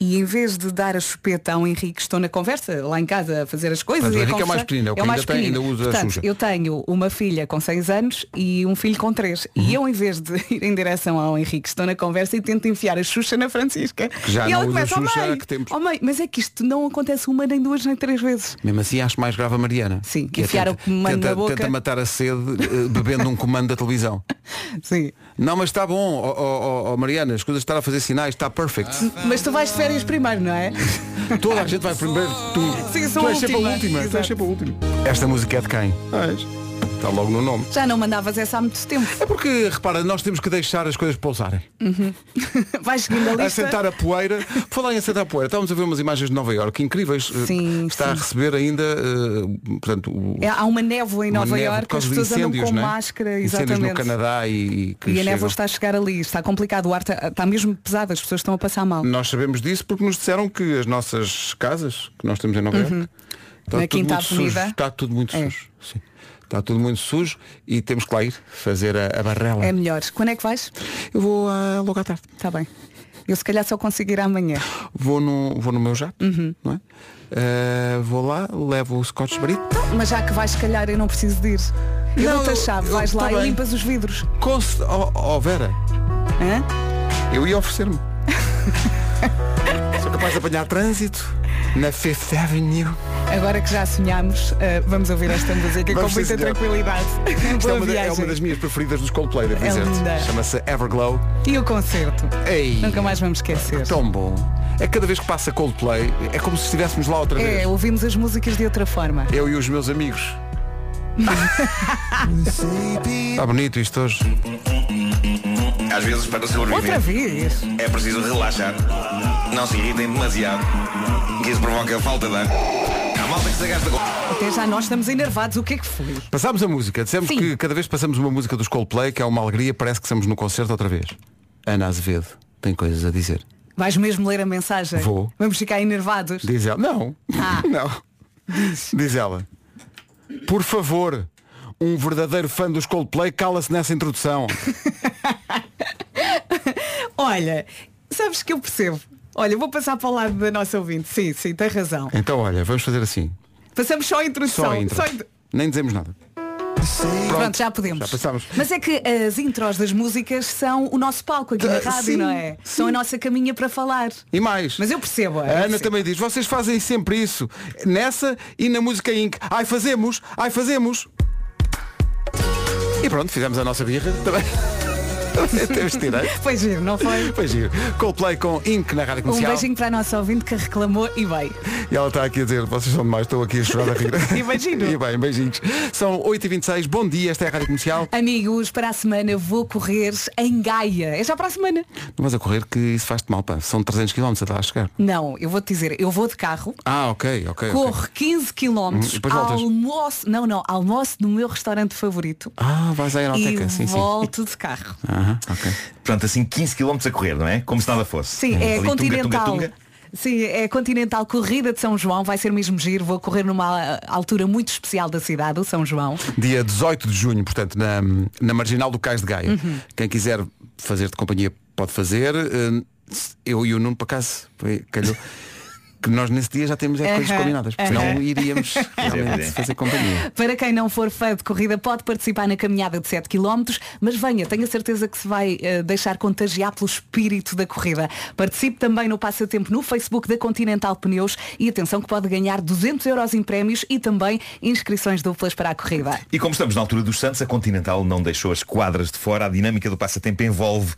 S2: e em vez de dar a chupeta ao Henrique, estou na conversa, lá em casa a fazer as coisas.
S1: Mas o
S2: e a
S1: Henrique é o mais
S2: conversar.
S1: pequenino, é o que
S2: o
S1: ainda
S2: mais
S1: tem- ainda
S2: pequenino.
S1: usa a
S2: Portanto,
S1: Xuxa.
S2: eu tenho uma filha com 6 anos e um filho com 3.
S1: Uhum.
S2: E eu, em vez de ir em direção ao Henrique, estou na conversa e tento enfiar a Xuxa na Francisca.
S1: já
S2: e
S1: não
S2: ela
S1: usa
S2: começa,
S1: Xuxa
S2: oh,
S1: há
S2: mãe,
S1: que tempos."
S2: oh, mãe, mas é que isto não acontece uma, nem duas, nem três vezes.
S1: Mesmo assim acho mais grave a Mariana.
S2: Sim,
S1: que é
S2: enfiar
S1: tenta-
S2: o comando
S1: tenta,
S2: na boca.
S1: Tenta matar a sede eh, bebendo um comando da televisão.
S2: Sim.
S1: Não, mas está bom, ó ó, ó, Mariana, as coisas estão a fazer sinais, está perfect.
S2: Mas tu vais de férias primeiro, não é?
S1: Toda a gente vai primeiro tu.
S2: Sim,
S1: tu
S2: sou
S1: és
S2: a
S1: sempre a
S2: última.
S1: última. Tu és
S2: Exato.
S1: sempre a última. Esta música é de quem? Está logo no nome.
S2: Já não mandavas essa há muito tempo.
S1: É porque, repara, nós temos que deixar as coisas pousarem.
S2: Vais seguindo a lista.
S1: Assentar a poeira. Por Falar em assentar a poeira. Estávamos a ver umas imagens de Nova Iorque incríveis. Eh,
S2: Sim,
S1: Está
S2: sim.
S1: a receber ainda, eh, portanto, o-
S2: É, há uma névoa em
S1: uma
S2: Nova
S1: neve por
S2: Iorque, as
S1: causa de
S2: pessoas andam
S1: incêndios,
S2: com
S1: não é?
S2: máscara,
S1: Incêndios no
S2: exatamente.
S1: Canadá e, que
S2: E a
S1: chegam.
S2: névoa está a chegar ali, está complicado, o ar está, está mesmo pesado, as pessoas estão a passar mal.
S1: Nós sabemos disso porque nos disseram que as nossas casas, que nós temos em Nova Iorque, está
S2: Uhum. Na
S1: tudo
S2: Quinta
S1: muito
S2: Avenida.
S1: sujo. Está tudo muito
S2: É.
S1: sujo. Sim. Está tudo muito sujo e temos que lá ir fazer a, a barrela.
S2: É melhor. Quando é que vais?
S1: Eu vou ah, logo à tarde.
S2: Está bem. Eu se calhar só consigo ir amanhã.
S1: Vou no, vou no meu jato,
S2: Uhum.
S1: não é? Ah, vou lá, levo o Scotch Brito.
S2: Mas já que vais, se calhar eu não preciso de ir. Eu
S1: Não,
S2: dou-te a
S1: eu-
S2: chave,
S1: eu-
S2: vais
S1: tá
S2: lá
S1: bem.
S2: e limpas os vidros.
S1: Com ce- oh, oh, Vera,
S2: Hã?
S1: eu ia oferecer-me. Sou capaz de apanhar trânsito na Fifth Avenue.
S2: Agora que já sonhámos, eh, vamos ouvir esta música
S1: Vamos,
S2: com muita
S1: sim, senhora.
S2: tranquilidade.
S1: Isto é
S2: Boa
S1: uma, da- é
S2: viagem.
S1: uma das minhas preferidas dos Coldplay, devo
S2: É linda.
S1: dizer-te. Chama-se Everglow.
S2: E o concerto.
S1: Ei,
S2: Nunca mais vamos esquecer.
S1: tão bom. É cada vez que passa Coldplay, é como se estivéssemos lá outra
S2: É,
S1: vez.
S2: ouvimos as músicas de outra forma.
S1: Eu e os meus amigos. Está Tá bonito isto hoje.
S6: Às vezes, para sobreviver,
S2: Outra vez.
S6: é preciso relaxar. Não se irritem demasiado, que isso provoca falta de ar. A malta que se gasta com...
S2: Até já nós estamos enervados. O que é que foi?
S1: Passámos a música. Dissemos
S2: Sim.
S1: que cada vez que passamos uma música dos Coldplay, que é uma alegria, parece que estamos no concerto outra vez. Ana Azevedo tem coisas a dizer.
S2: Vais mesmo ler a mensagem?
S1: Vou.
S2: Vamos ficar enervados?
S1: Diz ela. Não.
S2: Ah.
S1: Não. Diz ela. Por favor, um verdadeiro fã dos Coldplay cala-se nessa introdução.
S2: Olha, sabes que eu percebo. Olha, vou passar para o lado da nossa ouvinte. Sim, sim, tem razão.
S1: Então olha, vamos fazer assim.
S2: Passamos só a introdução.
S1: Só a intro.
S2: Só a intro-
S1: Nem dizemos nada.
S2: Pronto, já podemos.
S1: já passámos.
S2: Mas é que as intros das músicas são o nosso palco aqui na
S1: Ah,
S2: rádio,
S1: sim,
S2: não é? São a nossa caminha para falar.
S1: E mais.
S2: Mas eu percebo.
S1: A
S2: é, eu
S1: Ana
S2: percebo.
S1: também diz, vocês fazem sempre isso. Nessa e na música Inc. Ai fazemos, ai fazemos. E pronto, fizemos a nossa birra também. Temos direito.
S2: Foi giro, não foi?
S1: Foi giro. Coldplay com Inc. na Rádio
S2: Um
S1: Comercial.
S2: beijinho para a nossa ouvinte que reclamou e bem.
S1: E ela está aqui a dizer, vocês são demais, estou aqui a chorar a rir.
S2: Imagino.
S1: e bem, beijinhos. São 8h26, bom dia, esta é a Rádio Comercial.
S2: Amigos, para a semana vou correr em Gaia. É já para a semana.
S1: Não vais a correr que isso faz-te mal, pá. São 300 km, está a chegar.
S2: Não, eu vou-te dizer, eu vou de carro,
S1: Ah, ok, ok. ok.
S2: corro 15
S1: Hum, e
S2: km,
S1: depois voltas.
S2: almoço, não, não, almoço no meu restaurante favorito
S1: Ah, vais à aeroteca,
S2: e
S1: sim, Ah, sim.
S2: volto de carro.
S1: Aham, ok.
S9: Pronto, assim 15 km a correr, não é? Como se nada fosse.
S2: Sim, é
S9: Ali,
S2: continental.
S9: Tunga, tunga, tunga.
S2: Sim, é continental corrida de São João, vai ser mesmo giro, vou correr numa altura muito especial da cidade, o São João.
S1: Dia 18 de junho, portanto, na, na Marginal do Cais de Gaia.
S2: Uhum.
S1: Quem quiser fazer de companhia pode fazer. Eh, Eu e o Nuno, por acaso, foi- calhou. Que nós nesse dia já temos é coisas
S2: Aham,
S1: combinadas, porque
S2: aham.
S1: não iríamos realmente fazer companhia.
S2: Para quem não for fã de corrida, pode participar na caminhada de 7 km, mas venha, tenho a certeza que se vai eh, deixar contagiar pelo espírito da corrida. Participe também no passatempo no Facebook da Continental Pneus e atenção que pode ganhar 200 euros em prémios e também inscrições duplas para a corrida.
S9: E como estamos na altura dos Santos, a Continental não deixou as quadras de fora. A dinâmica do passatempo envolve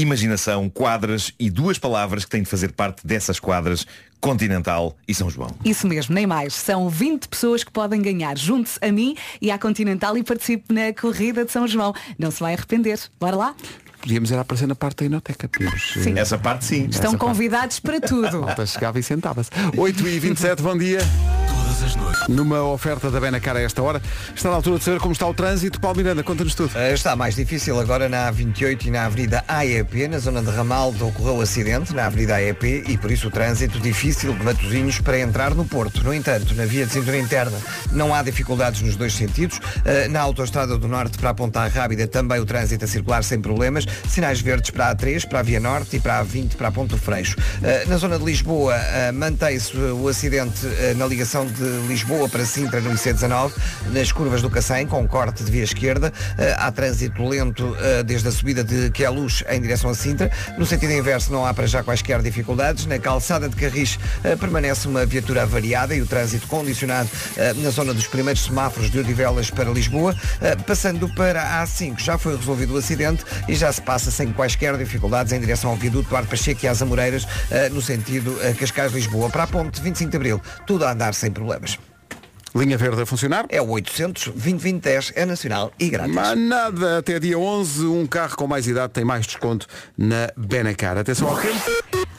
S9: imaginação, quadras e duas palavras que têm de fazer parte dessas quadras, Continental e São João.
S2: Isso mesmo, nem mais. São 20 pessoas que podem ganhar. Junte-se a mim e à Continental e participe na corrida de São João. Não se vai arrepender. Bora lá?
S1: Podíamos ir aparecer na parte da inoteca. Podíamos, eh,
S9: Essa parte sim.
S2: Estão
S1: parte.
S2: convidados para tudo.
S1: Malta chegava e sentava-se. 8h27, bom dia.
S4: Todas as noites.
S1: Numa oferta da Benacar a esta hora, está na altura de saber como está o trânsito. Paulo Miranda, conta-nos tudo.
S3: Uh, Está mais difícil agora na A28 e na Avenida AEP, na zona de Ramaldo ocorreu acidente na Avenida AEP e por isso o trânsito difícil de Matosinhos para entrar no Porto. No entanto, na via de cintura interna não há dificuldades nos dois sentidos. Uh, Na Autoestrada do Norte para a Ponta Rábida também o trânsito a circular sem problemas. Sinais verdes para a A3, para a Via Norte e para a A20 para a Ponto Freixo. Uh, Na zona de Lisboa uh, mantém-se o acidente uh, na ligação de Lisboa para Sintra no IC19, nas curvas do Cacém, com um corte de via esquerda. Eh, há trânsito lento eh, desde a subida de Queluz em direção a Sintra. No sentido inverso, não há para já quaisquer dificuldades. Na calçada de Carris eh, permanece uma viatura avariada e o trânsito condicionado eh, na zona dos primeiros semáforos de Odivelas para Lisboa. Eh, passando para a A5, já foi resolvido o acidente e já se passa sem quaisquer dificuldades em direção ao viaduto Duarte Pacheco e às Amoreiras, eh, no sentido eh, Cascais-Lisboa. Para a ponte 25 de Abril, tudo a andar sem problemas.
S1: Linha verde a funcionar.
S3: É o 800 2010 é nacional e grátis.
S1: Mas nada, até dia 11, um carro com mais idade tem mais desconto na Benacar. Atenção ao tempo.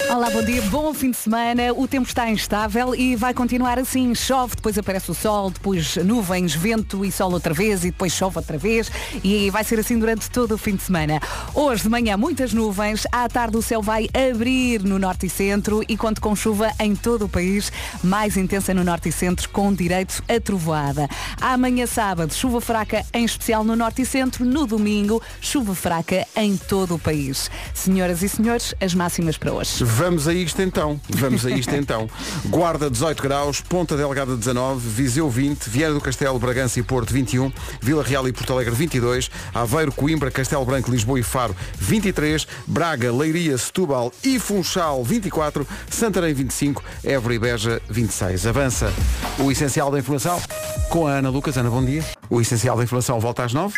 S2: Olá, bom dia, bom fim de semana. O tempo está instável e vai continuar assim. Chove, depois aparece o sol, depois nuvens, vento e sol outra vez e depois chove outra vez e vai ser assim durante todo o fim de semana. Hoje de manhã muitas nuvens, à tarde o céu vai abrir no norte e centro e conto com chuva em todo o país, mais intensa no norte e centro com direito a trovoada. Amanhã sábado, chuva fraca em especial no norte e centro, no domingo, chuva fraca em todo o país. Senhoras e senhores, as máximas para hoje.
S1: Vamos a isto então. Vamos a isto então. Guarda 18 graus, Ponta Delgada 19, Viseu 20, Vieira do Castelo, Bragança e Porto 21, Vila Real e Porto Alegre 22, Aveiro, Coimbra, Castelo Branco, Lisboa e Faro 23, Braga, Leiria, Setúbal e Funchal 24, Santarém 25, Évora e Beja 26. Avança o essencial da informação com a Ana Lucas. Ana, bom dia. O essencial da informação volta às 9.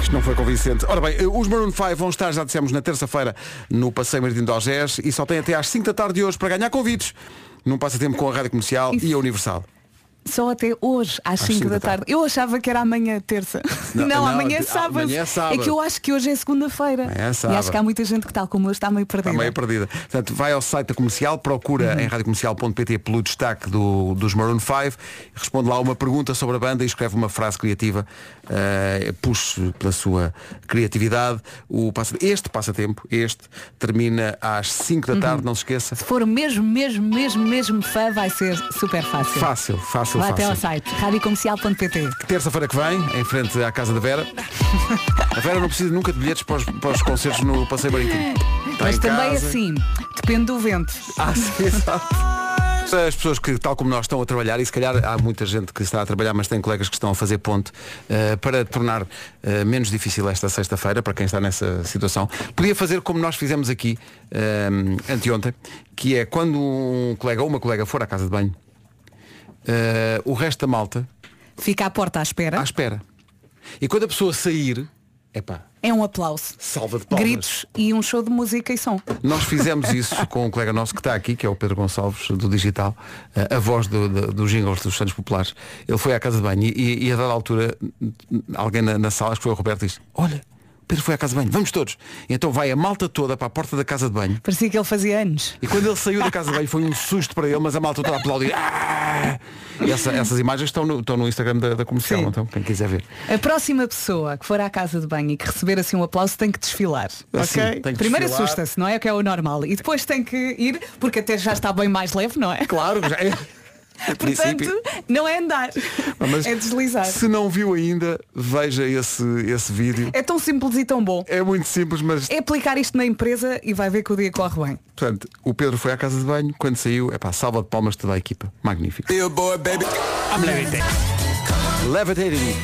S1: Isto não foi convincente. Ora bem, eh, os Maroon 5 vão estar, já dissemos, na terça-feira no Passeio Marítimo de Algés e só têm até às 5 da tarde de hoje para ganhar convites num passatempo com a Rádio Comercial e a Universal.
S2: Só até hoje, às 5 da tarde. Eu achava que era amanhã, terça.
S1: Não,
S2: Não,
S1: não,
S2: amanhã, é
S1: amanhã
S2: sábado.
S1: é sábado.
S2: É que eu acho que hoje é segunda-feira.
S1: Amanhã é
S2: E
S1: sábado.
S2: acho que há muita gente que, tal como eu, está meio perdida.
S1: Está meio é perdida. Portanto, vai ao site da comercial, procura em radiocomercial.pt pelo destaque do, dos Maroon 5, responde lá uma pergunta sobre a banda e escreve uma frase criativa. eh, puxe pela sua criatividade. O passa- este passatempo, este, termina às 5 da tarde, não se esqueça.
S2: Se for mesmo, mesmo, mesmo, mesmo fã, vai ser super fácil.
S1: Fácil, fácil,
S2: Vá até ao
S1: fácil.
S2: site, radiocomercial.pt.
S1: Terça-feira que vem, em frente à casa da Vera. A Vera não precisa nunca de bilhetes para os, para os concertos no Passeio Marítimo. Está
S2: Mas
S1: em
S2: também
S1: casa.
S2: assim, depende do vento.
S1: Ah, sim, exato. As pessoas que, tal como nós, estão a trabalhar, e se calhar há muita gente que está a trabalhar, mas tem colegas que estão a fazer ponte, eh, para tornar eh, menos difícil esta sexta-feira, para quem está nessa situação, podia fazer como nós fizemos aqui eh, anteontem, que é quando um colega ou uma colega for à casa de banho, eh, o resto da malta
S2: Fica à porta à espera.
S1: à espera. E quando a pessoa sair, epá,
S2: É um aplauso.
S1: salva de palmas.
S2: Gritos e um show de música e som.
S1: Nós fizemos isso com um colega nosso que está aqui, que é o Pedro Gonçalves, do Digital, eh, a voz do, do, dos jingles dos Santos Populares. Ele foi à casa de banho e, e a dada altura, n- n- alguém na, na sala, acho que foi o Roberto, disse, olha, o Pedro foi à casa de banho, vamos todos. E então vai a malta toda para a porta da casa de banho.
S2: Parecia que ele fazia anos.
S1: E quando ele saiu da casa de banho foi um susto para ele, mas a malta toda a aplaudir. Ah! E essa- essas imagens estão no, estão no Instagram da, da comercial,
S2: Sim.
S1: então quem quiser ver.
S2: A próxima pessoa que for à casa de banho e que receber assim um aplauso tem que desfilar.
S1: Assim,
S2: ok?
S1: tem que
S2: Primeiro
S1: desfilar.
S2: assusta-se, não é? Que é o normal. E depois tem que ir, porque até já está bem mais leve, não é?
S1: Claro, já é.
S2: Portanto, não é andar,
S1: Ah, Mas
S2: é deslizar.
S1: Se não viu ainda, veja esse, esse vídeo.
S2: É tão simples e tão bom.
S1: É muito simples, mas
S2: É aplicar isto na empresa e vai ver que o dia corre bem.
S1: portanto, o Pedro foi à casa de banho, quando saiu, é pá, salva de palmas toda a equipa. Magnífico. Levitating.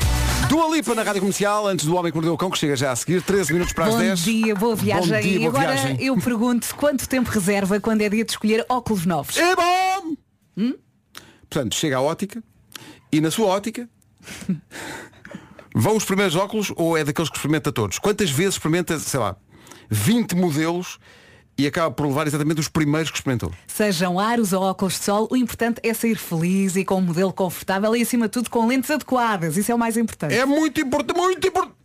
S1: Dua Lipa na Rádio Comercial, antes do Homem que Mordeu o Cão, que chega já a seguir, 13 minutos para as
S2: Bom
S1: 10.
S2: dia, boa viagem.
S1: Bom dia,
S2: e
S1: boa
S2: agora
S1: viagem.
S2: eu pergunto quanto tempo reserva quando é dia de escolher óculos novos?
S1: É bom! Portanto, chega à ótica e na sua ótica vão os primeiros óculos ou é daqueles que experimenta todos? Quantas vezes experimenta, sei lá, 20 modelos e acaba por levar exatamente os primeiros que experimentou?
S2: Sejam aros ou óculos de sol, o importante é sair feliz e com um modelo confortável e acima de tudo com lentes adequadas. Isso é o mais importante.
S1: É muito importante, muito importante.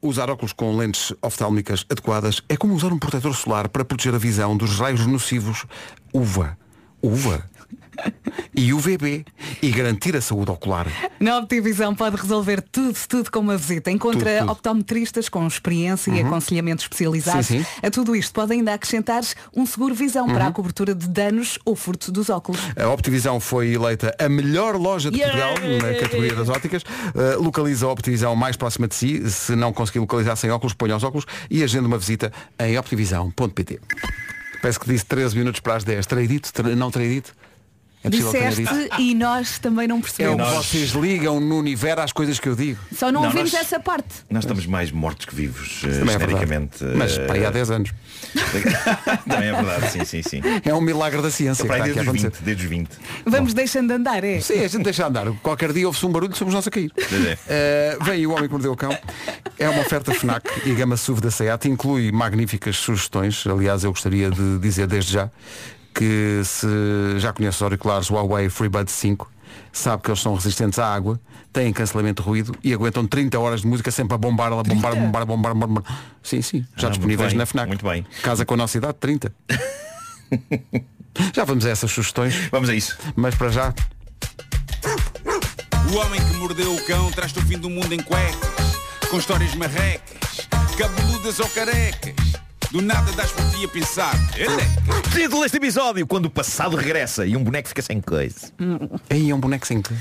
S1: Usar óculos com lentes oftálmicas adequadas é como usar um protetor solar para proteger a visão dos raios nocivos uva, uva e UVB e garantir a saúde ocular.
S2: Na Optivisão pode resolver tudo, tudo com uma visita. Encontra
S1: Tudo, tudo.
S2: optometristas com experiência e aconselhamento especializado.
S1: Sim, Uhum. sim.
S2: A tudo isto pode ainda acrescentar um seguro visão para a cobertura de danos ou furto dos óculos.
S1: A Optivisão foi eleita a melhor loja de
S2: Yeah!
S1: Portugal na categoria das ópticas. Uh, localiza a Optivisão mais próxima de si. Se não conseguir localizar sem óculos, ponha os óculos e agenda uma visita em optivisão.pt. Parece que disse 13 minutos para as 10. Terei dito? Ter- Não terei dito? É possível que tenha
S2: Disseste
S1: dito?
S2: e nós também não
S1: É o
S2: percebemos.
S1: que
S9: Nós-
S1: vocês ligam no universo às coisas que eu digo.
S2: Só não,
S9: Não,
S2: ouvimos
S9: nós-
S2: essa parte.
S9: Nós estamos mais mortos que vivos, eh,
S1: Também é
S9: genericamente.
S1: verdade. Mas
S9: eh,
S1: para aí há 10 anos.
S9: Também é verdade, sim, sim, sim.
S1: É um milagre da ciência que
S9: Para
S1: está
S9: aí
S1: aqui a
S9: desde os
S1: acontecer.
S9: 20, desde os 20.
S2: Vamos deixando andar, é?
S1: Sim, a gente deixa andar. Qualquer dia ouve-se um barulho, somos nós a cair.
S9: Pois é.
S1: Eh, vem aí o Homem que Mordeu o Cão. É uma oferta FNAC e gama SUV da SEAT. Inclui magníficas sugestões. Aliás, eu gostaria de dizer desde já que se já conhece os auriculares Huawei FreeBuds 5, sabe que eles são resistentes à água, têm cancelamento de ruído e aguentam 30 horas de música sempre a bombar, a bombar, a bombar, a bombar, a bombar. Sim, sim, já
S9: Ah,
S1: disponíveis
S9: muito bem,
S1: na FNAC.
S9: muito bem.
S1: Casa com a nossa idade, 30. já vamos a essas sugestões,
S9: Vamos a isso.
S1: mas para já
S6: O homem que mordeu o cão traz-te o fim do mundo em cuecas, com histórias marrecas, cabeludas ou carecas. Do nada das por ti a pensar. Ele
S9: Título deste episódio, quando o passado regressa e um boneco fica sem coisa.
S1: Aí é um boneco sem que-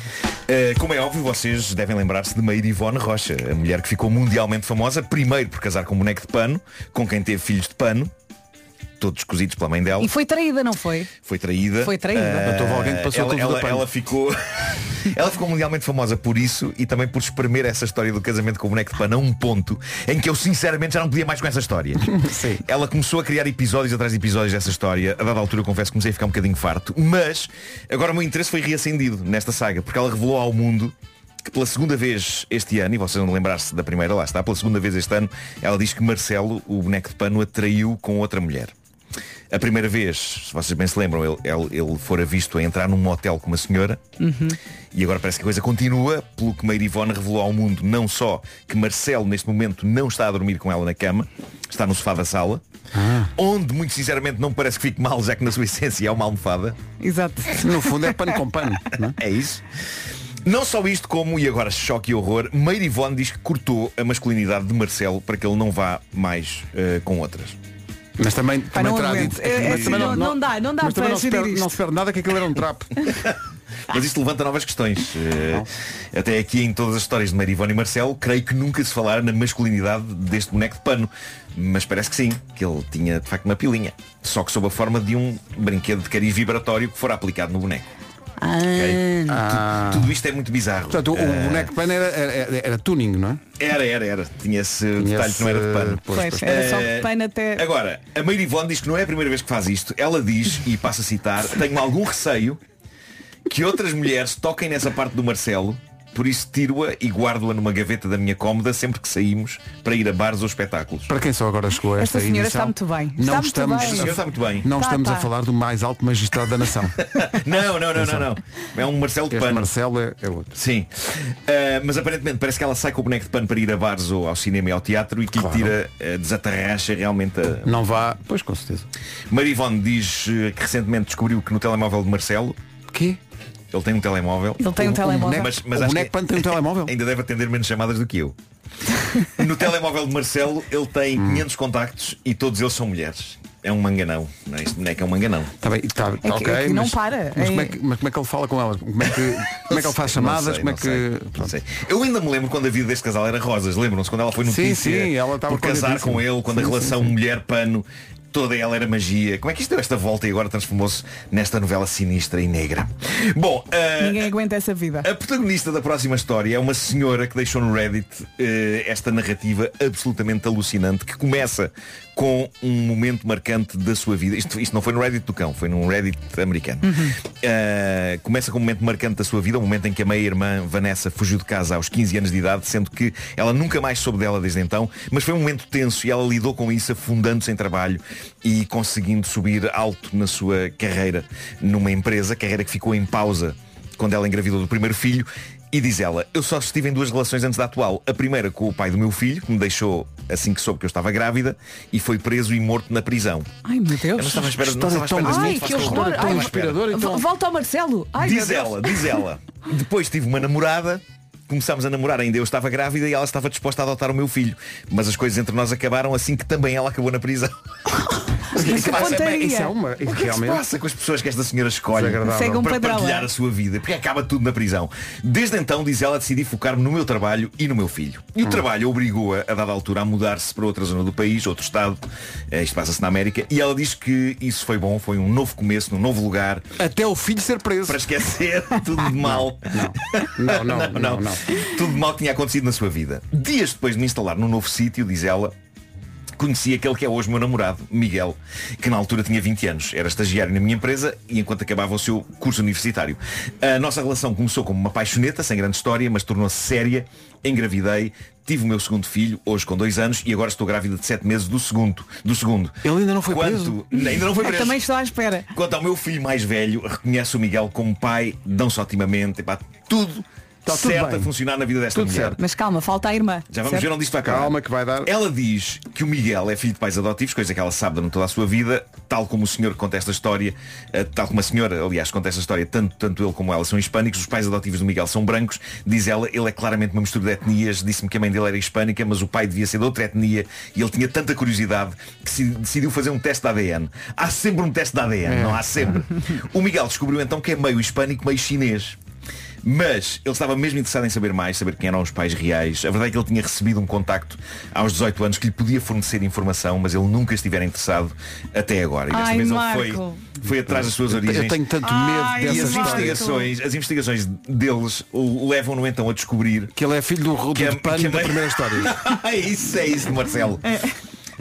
S9: Eh, como é óbvio, vocês devem lembrar-se de Maíra Ivone Rocha, a mulher que ficou mundialmente famosa, primeiro por casar com um boneco de pano, com quem teve filhos de pano, todos cozidos pela mãe dela.
S2: E foi traída, não foi?
S9: Foi traída.
S2: Foi traída.
S9: Ah,
S1: Portanto, Então houve alguém que passou
S9: ela,
S1: aquilo tudo a
S9: ela,
S1: pano.
S9: ela ficou. ela ficou mundialmente famosa por isso e também por espremer essa história do casamento com o boneco de pano a um ponto em que eu sinceramente já não podia mais com essa história.
S1: Sim.
S9: Ela começou a criar episódios atrás de episódios dessa história. A dada altura eu confesso que comecei a ficar um bocadinho farto. Mas agora o meu interesse foi reacendido nesta saga, porque ela revelou ao mundo que pela segunda vez este ano, e vocês vão lembrar-se da primeira, lá está, pela segunda vez este ano, ela diz que Marcelo, o boneco de pano, atraiu com outra mulher. A primeira vez, se vocês bem se lembram, ele, ele, ele fora visto a entrar num motel com uma senhora. E agora parece que a coisa continua, pelo que Meir Ivone revelou ao mundo não só que Marcelo neste momento não está a dormir com ela na cama, está no sofá da sala, onde muito sinceramente não parece que fique mal, já que na sua essência é uma almofada.
S2: Exato.
S1: No fundo é pano com pano. não é?
S9: É isso. Não só isto, como, e agora choque e horror, Meir Ivone diz que cortou a masculinidade de Marcelo para que ele não vá mais eh, com outras.
S1: Mas também,
S2: Pá,
S1: também
S2: não
S1: terá
S2: aguento.
S1: dito.
S2: É, é,
S1: mas também
S2: não- não dá, não dá
S1: mas também
S2: para
S1: não se
S2: gerir
S1: perde-
S2: isto.
S1: Não se perde nada que aquilo era um trapo.
S9: Mas isto levanta novas questões. Eh, até aqui em todas as histórias de Meir Ivone e Marcelo, creio que nunca se falara na masculinidade deste boneco de pano. Mas parece que sim, que ele tinha de facto uma pilinha. Só que sob a forma de um brinquedo de cariz vibratório que fora aplicado no boneco. ok?
S2: Ah,
S9: Tu- Tudo isto é muito bizarro.
S1: Portanto, o,
S9: Eh,
S1: o
S2: É.
S1: boneco de pano era, era, era tuning, não é?
S9: Era, era, era. Tinha esse detalhe que não era de pano.
S1: Pois,
S2: Pois,
S1: pois. É.
S2: era só de pano até.
S9: Eh, Agora, a Meire Ivone diz que não é a primeira vez que faz isto. Ela diz, e passa a citar, tenho algum receio que outras mulheres toquem nessa parte do Marcelo, por isso tiro-a e guardo-a numa gaveta da minha cómoda sempre que saímos para ir a bares ou espetáculos.
S1: Para quem só agora chegou a esta,
S2: Esta senhora
S1: edição,
S2: está muito bem. Está
S1: Não
S2: muito
S1: estamos,
S2: bem.
S9: O senhor está muito bem.
S1: Não
S2: Tá,
S1: estamos a
S2: tá.
S1: falar do mais alto magistrado da nação.
S9: Não, não, não, não, não. É um Marcelo de
S1: Este
S9: pano.
S1: Marcelo é, é outro.
S9: Sim. Ah, mas aparentemente parece que ela sai com o boneco de pano para ir a bares ou ao cinema e ao teatro e que
S1: Claro.
S9: lhe tira, ah, desatarracha realmente a,
S1: Não vá. Pois com certeza.
S9: Marivone diz eh, que recentemente descobriu que no telemóvel de Marcelo,
S1: Quê?
S9: ele tem um telemóvel,
S2: Ele tem um
S1: O
S2: telemóvel.
S1: boneco,
S9: Mas- mas
S1: o
S9: acho
S1: boneco
S9: que- é-
S1: pano tem um telemóvel.
S9: ainda deve atender menos chamadas do que eu. No telemóvel de Marcelo, ele tem
S1: Hum.
S9: 500 contactos e todos eles são mulheres. É um manganão. Não é? Este boneco é um manganão.
S1: Está Tá bem, está,
S2: que-
S1: ok.
S2: é que não
S1: mas,
S2: para.
S1: Mas,
S2: É-
S1: como é que, mas como é que ele fala com elas? Como é que, como é que ele faz
S9: Não
S1: chamadas?
S9: sei,
S1: como é
S9: não
S1: que.
S9: sei, não
S1: pronto.
S9: sei. Eu ainda me lembro quando a vida deste casal era rosas. Lembram-se quando ela foi notícia
S1: sim, ela estava
S9: por casar
S1: contentíssima.
S9: com ele, quando a
S1: Sim,
S9: relação
S1: sim, sim.
S9: mulher-pano, toda ela era magia. Como é que isto deu esta volta e agora transformou-se nesta novela sinistra e negra? Bom, ah,
S2: Ninguém aguenta essa vida.
S1: É-
S9: A protagonista da próxima história é uma senhora que deixou no Reddit eh, esta narrativa absolutamente alucinante que começa com um momento marcante da sua vida. Isto, isto não foi no Reddit do cão, foi num Reddit americano. Eh, começa com um momento marcante da sua vida, um momento em que a meia-irmã Vanessa fugiu de casa aos 15 anos de idade, sendo que ela nunca mais soube dela desde então, mas foi um momento tenso e ela lidou com isso afundando-se em trabalho e conseguindo subir alto na sua carreira numa empresa, carreira que ficou em pausa quando ela engravidou do primeiro filho, e diz ela, eu só estive em duas relações antes da atual. A primeira com o pai do meu filho, que me deixou assim que soube que eu estava grávida, e foi preso e morto na prisão.
S2: Ai meu
S9: Eu não
S2: Deus.
S1: É
S9: estava à espera, não
S1: História
S9: estava à espera
S1: tão-
S9: deste
S2: Ai,
S9: momento,
S2: que
S9: faço
S2: horror.
S9: horror, não
S2: Ai,
S9: estava à
S2: mas-
S9: espera.
S1: inspirador, então.
S2: Vol- Volta ao Marcelo. Ai,
S9: Diz
S2: meu Deus.
S9: ela, diz ela. Depois tive uma namorada, começámos a namorar, ainda eu estava grávida e ela estava disposta a adotar o meu filho. Mas as coisas entre nós acabaram assim que também ela acabou na prisão. O que é que se
S2: que
S9: passa?
S2: pontaria.
S1: Isso é uma.
S9: O que é que se
S1: realmente.
S9: passa com as pessoas que esta senhora escolhe
S1: Desagradável.
S2: Segue um
S9: para
S2: padrão,
S9: partilhar
S2: é?
S9: a sua vida? Porque acaba tudo na prisão. Desde então, diz ela, decidi focar-me no meu trabalho e no meu filho. E o trabalho obrigou-a, a dada altura, a mudar-se para outra zona do país, outro estado. Eh, Isto passa-se na América. E ela diz que isso foi bom, foi um novo começo, num novo lugar,
S1: Até o filho ser preso.
S9: para esquecer tudo de mal.
S1: Não, não, não, não.
S9: Tudo de mal que tinha acontecido na sua vida. Dias depois de me instalar num novo sítio, diz ela, conheci aquele que é hoje meu namorado, Miguel, que na altura tinha 20 anos. Era estagiário na minha empresa e enquanto acabava o seu curso universitário. A nossa relação começou como uma paixoneta, sem grande história, mas tornou-se séria. Engravidei, tive o meu segundo filho, hoje com dois anos, e agora estou grávida de sete meses do segundo. Do segundo.
S1: Ele ainda não foi
S9: Quanto... Ainda não foi
S2: Eu
S9: preso.
S2: também estou à espera.
S9: Quanto ao meu filho mais velho, reconhece o Miguel como pai, não só timamente, epá, tudo
S1: Tá tudo
S9: certo
S1: bem.
S9: a funcionar na vida desta
S1: Tudo
S9: mulher.
S1: certo.
S2: Mas calma, falta a irmã.
S9: Já vamos
S2: certo?
S9: ver onde isto vai acabar.
S1: Calma que vai dar.
S9: Ela diz que o Miguel é filho de pais adotivos, coisa que ela sabe durante toda a sua vida, tal como o senhor que conta esta história, eh, tal como a senhora, aliás, conta esta história, tanto, tanto ele como ela são hispânicos, os pais adotivos do Miguel são brancos, diz ela, ele é claramente uma mistura de etnias, disse-me que a mãe dele era hispânica, mas o pai devia ser de outra etnia e ele tinha tanta curiosidade que se- decidiu fazer um teste de ADN. Há sempre um teste de
S1: É.
S9: ADN, não há sempre. O Miguel descobriu então que é meio hispânico, meio chinês. Mas ele estava mesmo interessado em saber mais, saber quem eram os pais reais. A verdade é que ele tinha recebido um contacto aos 18 anos que lhe podia fornecer informação, mas ele nunca estivera interessado até agora. E desta
S2: Ai,
S9: vez ele
S2: Marco.
S9: foi, foi atrás das suas origens.
S1: Eu tenho tanto
S2: Ai,
S1: medo
S9: E
S1: dessa
S9: as
S2: Marco.
S1: história.
S9: investigações, as investigações deles o levam-no então a descobrir
S1: Que ele é filho do Rudo
S9: que a-
S1: de Pano
S9: que a
S1: da
S9: mãe-
S1: primeira história.
S9: é isso, é isso, Marcelo.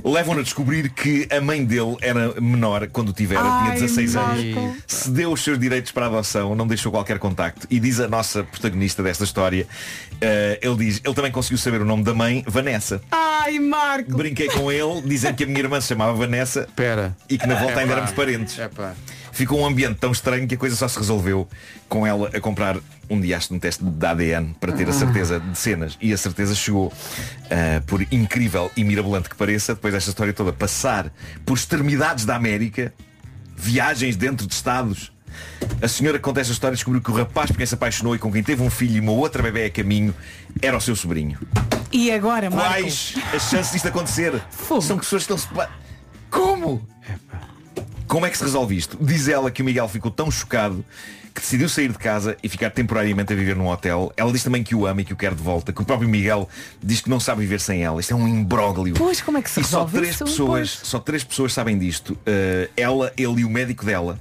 S9: Levam-no a descobrir que a mãe dele era menor quando tivera, tinha
S2: Ai,
S9: 16 anos.
S2: Marco.
S9: Cedeu os seus direitos para a adoção, não deixou qualquer contacto. E diz a nossa protagonista desta história, eh, ele diz, ele também conseguiu saber o nome da mãe, Vanessa.
S2: Ai, Ai, Marco.
S9: Brinquei com ele, dizendo que a minha irmã se chamava Vanessa
S1: Espera. É
S9: e que na volta
S1: Epá.
S9: ainda éramos parentes.
S1: Epá.
S9: Ficou um ambiente tão estranho que a coisa só se resolveu com ela a comprar um diaste no teste de ADN para ter a certeza de cenas. E a certeza chegou. Ah, por incrível e mirabolante que pareça, depois desta história toda, passar por extremidades da América, viagens dentro de estados. A senhora que conta esta história descobriu que o rapaz por quem se apaixonou e com quem teve um filho e uma outra bebé a caminho era o seu sobrinho.
S2: E agora, Marco?
S9: Quais as chances disto acontecer?
S2: Fogo.
S9: São pessoas que estão separadas. Como? Como é que se resolve isto? Diz ela que o Miguel ficou tão chocado que decidiu sair de casa e ficar temporariamente a viver num hotel. Ela diz também que o ama e que o quer de volta, que o próprio Miguel diz que não sabe viver sem ela. Isto é um imbróglio.
S2: Pois, como é que se
S9: E só
S2: resolve
S9: três
S2: isso?
S9: pessoas,
S2: Pois.
S9: só três pessoas sabem disto. Uh, ela, ele e o médico dela,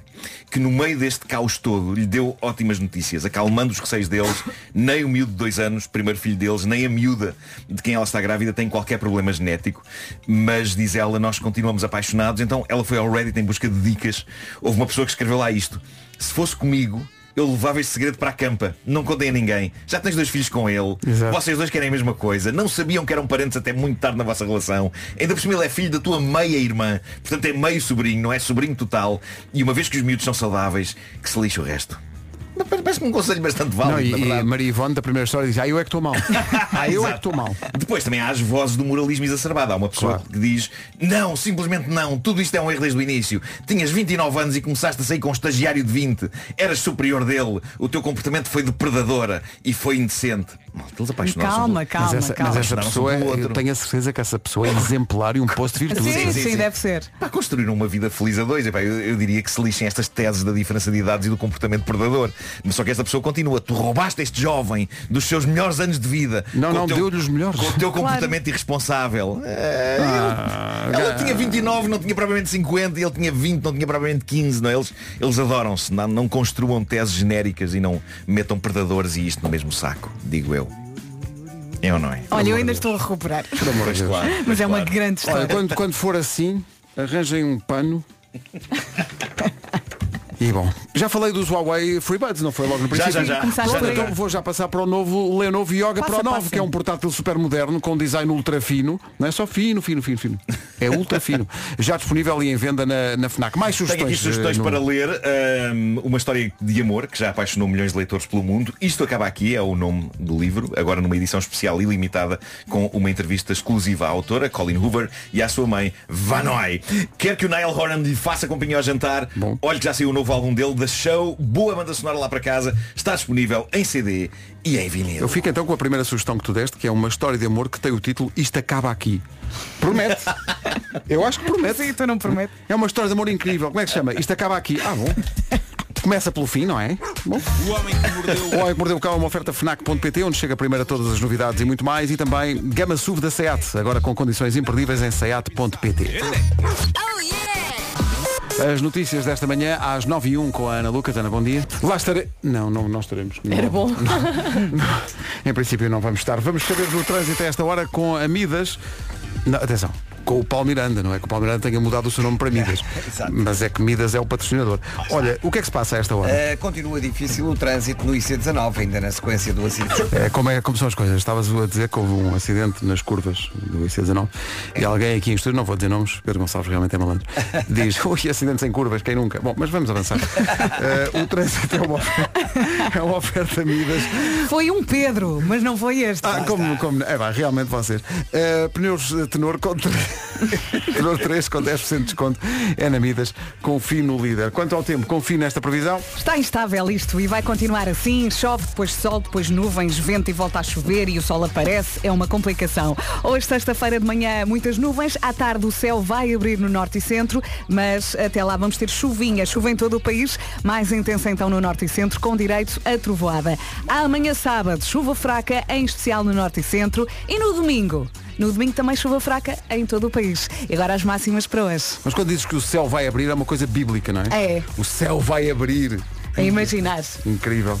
S9: que no meio deste caos todo lhe deu ótimas notícias, acalmando os receios deles. nem o miúdo de dois anos, primeiro filho deles, nem a miúda de quem ela está grávida tem qualquer problema genético. Mas diz ela, nós continuamos apaixonados. Então ela foi ao Reddit em busca de dicas. Houve uma pessoa que escreveu lá isto. Se fosse comigo, eu levava este segredo para a campa. Não contei a ninguém. Já tens dois filhos com ele.
S1: Exato.
S9: Vocês dois querem a mesma coisa. Não sabiam que eram parentes até muito tarde na vossa relação. Ainda por cima ele é filho da tua meia-irmã. Portanto é meio sobrinho, não é sobrinho total. E uma vez que os miúdos são saudáveis, que se lixe o resto. Mas Parece-me um conselho bastante
S1: Não,
S9: válido,
S1: e,
S9: na
S1: e
S9: verdade.
S1: Maria Ivone da primeira história diz, ah, eu é que estou mal. Ah, eu é que estou mal.
S9: Depois também há as vozes do moralismo exacerbado. Há uma pessoa
S1: Claro.
S9: que diz, não, simplesmente não, tudo isto é um erro desde o início. Tinhas 29 anos e começaste a sair com um estagiário de 20. Eras superior dele. O teu comportamento foi depredadora e foi indecente. Malta, eles apaixonaram-se um
S2: Calma,
S9: pouco.
S1: Mas
S2: calma,
S1: essa, mas
S2: calma.
S1: essa
S9: Não,
S1: pessoa, é,
S9: sou do
S1: eu
S9: outro.
S1: tenho a certeza que essa pessoa é exemplar e um posto de virtude.
S2: Sim, sim,
S9: sim, sim.
S2: deve ser.
S9: Para construir uma vida feliz a dois, epá, eu, eu diria que se lixem estas teses da diferença de idades e do comportamento predador. Mas só que esta pessoa continua, tu roubaste este jovem dos seus melhores anos de vida.
S1: Não,
S9: com o
S1: não,
S9: teu-
S1: deu-lhe os melhores.
S9: Com o teu
S2: Claro.
S9: comportamento irresponsável. É,
S1: Ah,
S9: ele- ela tinha 29, não tinha propriamente 50, e ele tinha 20, não tinha propriamente 15. Não, é? eles eles adoram-se, não, não construam teses genéricas e não metam predadores e isto no mesmo saco, digo eu. Eu não é?
S2: Olha, eu ainda estou a recuperar.
S1: Pelo amor
S9: Pois
S1: de Deus.
S9: claro,
S2: Mas
S9: pois
S2: é uma
S9: claro.
S2: grande história.
S1: Olha, quando, quando for assim, arranjem um pano. E bom, já falei dos Huawei FreeBuds, não foi logo no princípio?
S9: já, já.
S2: Começaste
S1: Pronto,
S2: por aí.
S1: então vou já passar para o novo Lenovo Yoga
S2: Passa,
S1: Pro 9,
S2: passa.
S1: que é um portátil super moderno com design ultra fino. Não é só fino, fino, fino, fino. É ultra fino. Já disponível e em venda na, na FNAC. Mais sugestões.
S9: Tenho aqui sugestões
S1: eh, Nuno?
S9: para ler ahm, uma história de amor que já apaixonou milhões de leitores pelo mundo. Isto acaba aqui, é o nome do livro, agora numa edição especial e limitada com uma entrevista exclusiva à autora, Colin Hoover, e à sua mãe, Vanoy. Quer que o Niall Horan lhe faça companhia ao jantar,
S1: Bom.
S9: olhe que já saiu o novo álbum dele, The Show, boa banda sonora lá para casa, está disponível em CD e em vinil.
S1: Eu fico então com a primeira sugestão que tu deste, que é uma história de amor que tem o título Isto Acaba Aqui. Promete. Eu acho que promete.
S2: Sim, tu não prometes.
S1: É uma história de amor incrível. Como é que se chama? Isto acaba aqui. Ah, bom. Começa pelo fim, não é? Bom.
S6: O homem que mordeu
S1: O Homem que Mordeu o Cão é uma oferta FNAC.pt onde chega primeiro a todas as novidades e muito mais e também Gama SUV da SEAT, agora com condições imperdíveis em SEAT.pt
S8: Oh yeah!
S1: As notícias desta manhã às 9 e 1 com a Ana Lucas. Ana, bom dia. Lá estarei... Não, não, não estaremos. Era bom. Em princípio não vamos estar. Vamos saber do trânsito a esta hora com Amidas. Não, atenção. Com o Paulo Miranda, não é que o Paulo Miranda tenha mudado o seu nome para Midas.
S3: Exato.
S1: Mas é que Midas é o patrocinador. Olha, o que é que se passa a esta hora?
S3: Uh, continua difícil o trânsito no IC19, ainda na sequência do acidente.
S1: É, como, é, como são as coisas? Estavas a dizer que houve um acidente nas curvas do IC19 e alguém aqui em estúdio, não vou dizer nomes, Pedro Gonçalves realmente é malandro, diz, ui, acidentes em curvas, quem nunca? Bom, mas vamos avançar. Eh, o trânsito é uma, oferta- é uma oferta Midas.
S2: Foi um Pedro, mas não foi este.
S1: Ah, como, como, é vá, realmente vocês. Eh, pneus eh, Tenor com tre- Tenor 3 com 10% de desconto é na Midas, confio no líder. Quanto ao tempo, confio nesta previsão.
S2: Está instável isto e vai continuar assim. Chove, depois sol, depois nuvens, vento e volta a chover e o sol aparece. É uma complicação. Hoje, sexta-feira de manhã, muitas nuvens. À tarde o céu vai abrir no norte e centro, mas até lá vamos ter chuvinha. Chuva em todo o país, mais intensa então no norte e centro, com direito a trovoada. Amanhã sábado, chuva fraca, em especial no norte e centro. E no domingo? No domingo também chuva fraca em todo o país. E agora as máximas para hoje.
S1: Mas quando dizes que o céu vai abrir é uma coisa bíblica, não é?
S2: É.
S1: O céu vai abrir.
S2: A É imaginar.
S1: Incrível.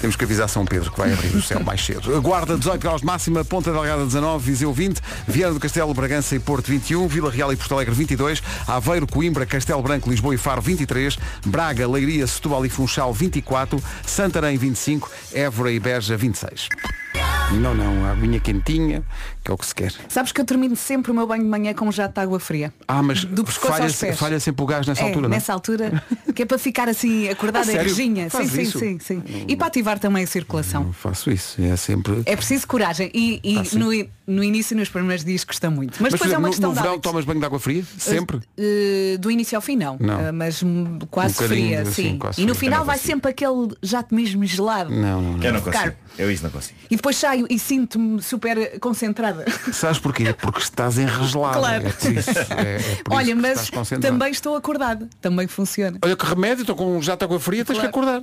S1: Temos que avisar São Pedro que vai abrir o céu mais cedo. Guarda 18 graus de máxima, Ponta Delgada 19, Viseu 20, Viana do Castelo, Bragança e Porto 21, Vila Real e Porto Alegre 22, Aveiro, Coimbra, Castelo Branco, Lisboa e Faro 23, Braga, Leiria, Setúbal e Funchal 24, Santarém 25, Évora e Beja 26. Não, não, a aguinha quentinha, que é o que se quer.
S2: Sabes que eu termino sempre o meu banho de manhã com um jato de água fria.
S1: Ah, mas
S2: Do pescoço
S1: falha,
S2: aos pés.
S1: falha sempre o gás nessa
S2: é,
S1: altura, não é?
S2: nessa altura, que é para ficar assim acordada
S1: A
S2: e
S1: sério?
S2: rejinha. Sim,
S1: Faz
S2: sim,
S1: isso?
S2: sim, sim. E para ativar também a circulação.
S1: Não faço isso, é sempre...
S2: É preciso coragem. E, e
S1: Ah, sim.
S2: no, i- no início, nos primeiros dias, custa muito. Mas,
S1: por
S2: depois é
S1: exemplo,
S2: uma
S1: no-
S2: questão
S1: no,
S2: de
S1: verão
S2: hábitos.
S1: tomas banho de água fria? Sempre?
S2: Eh, do início ao fim não,
S1: Não.
S2: Eh, mas hum, quase
S1: Um bocadinho,
S2: fria,
S1: assim,
S2: sim.
S1: quase
S2: e no
S1: fria.
S2: final
S9: Também
S2: vai
S9: consigo.
S2: sempre aquele jato mesmo gelado.
S1: Não, não, não.
S9: Eu não consigo.
S2: Caro.
S9: Eu isso não consigo.
S2: E depois saio e sinto-me super concentrada.
S1: Sabes porquê? Porque estás enregelado.
S2: Claro.
S1: É por isso, é- é por
S2: Olha,
S1: isso que
S2: mas
S1: estás concentrado.
S2: também estou acordada. Também funciona.
S1: Olha que remédio, estou com um jato de água fria, tens que
S2: Claro.
S1: acordar.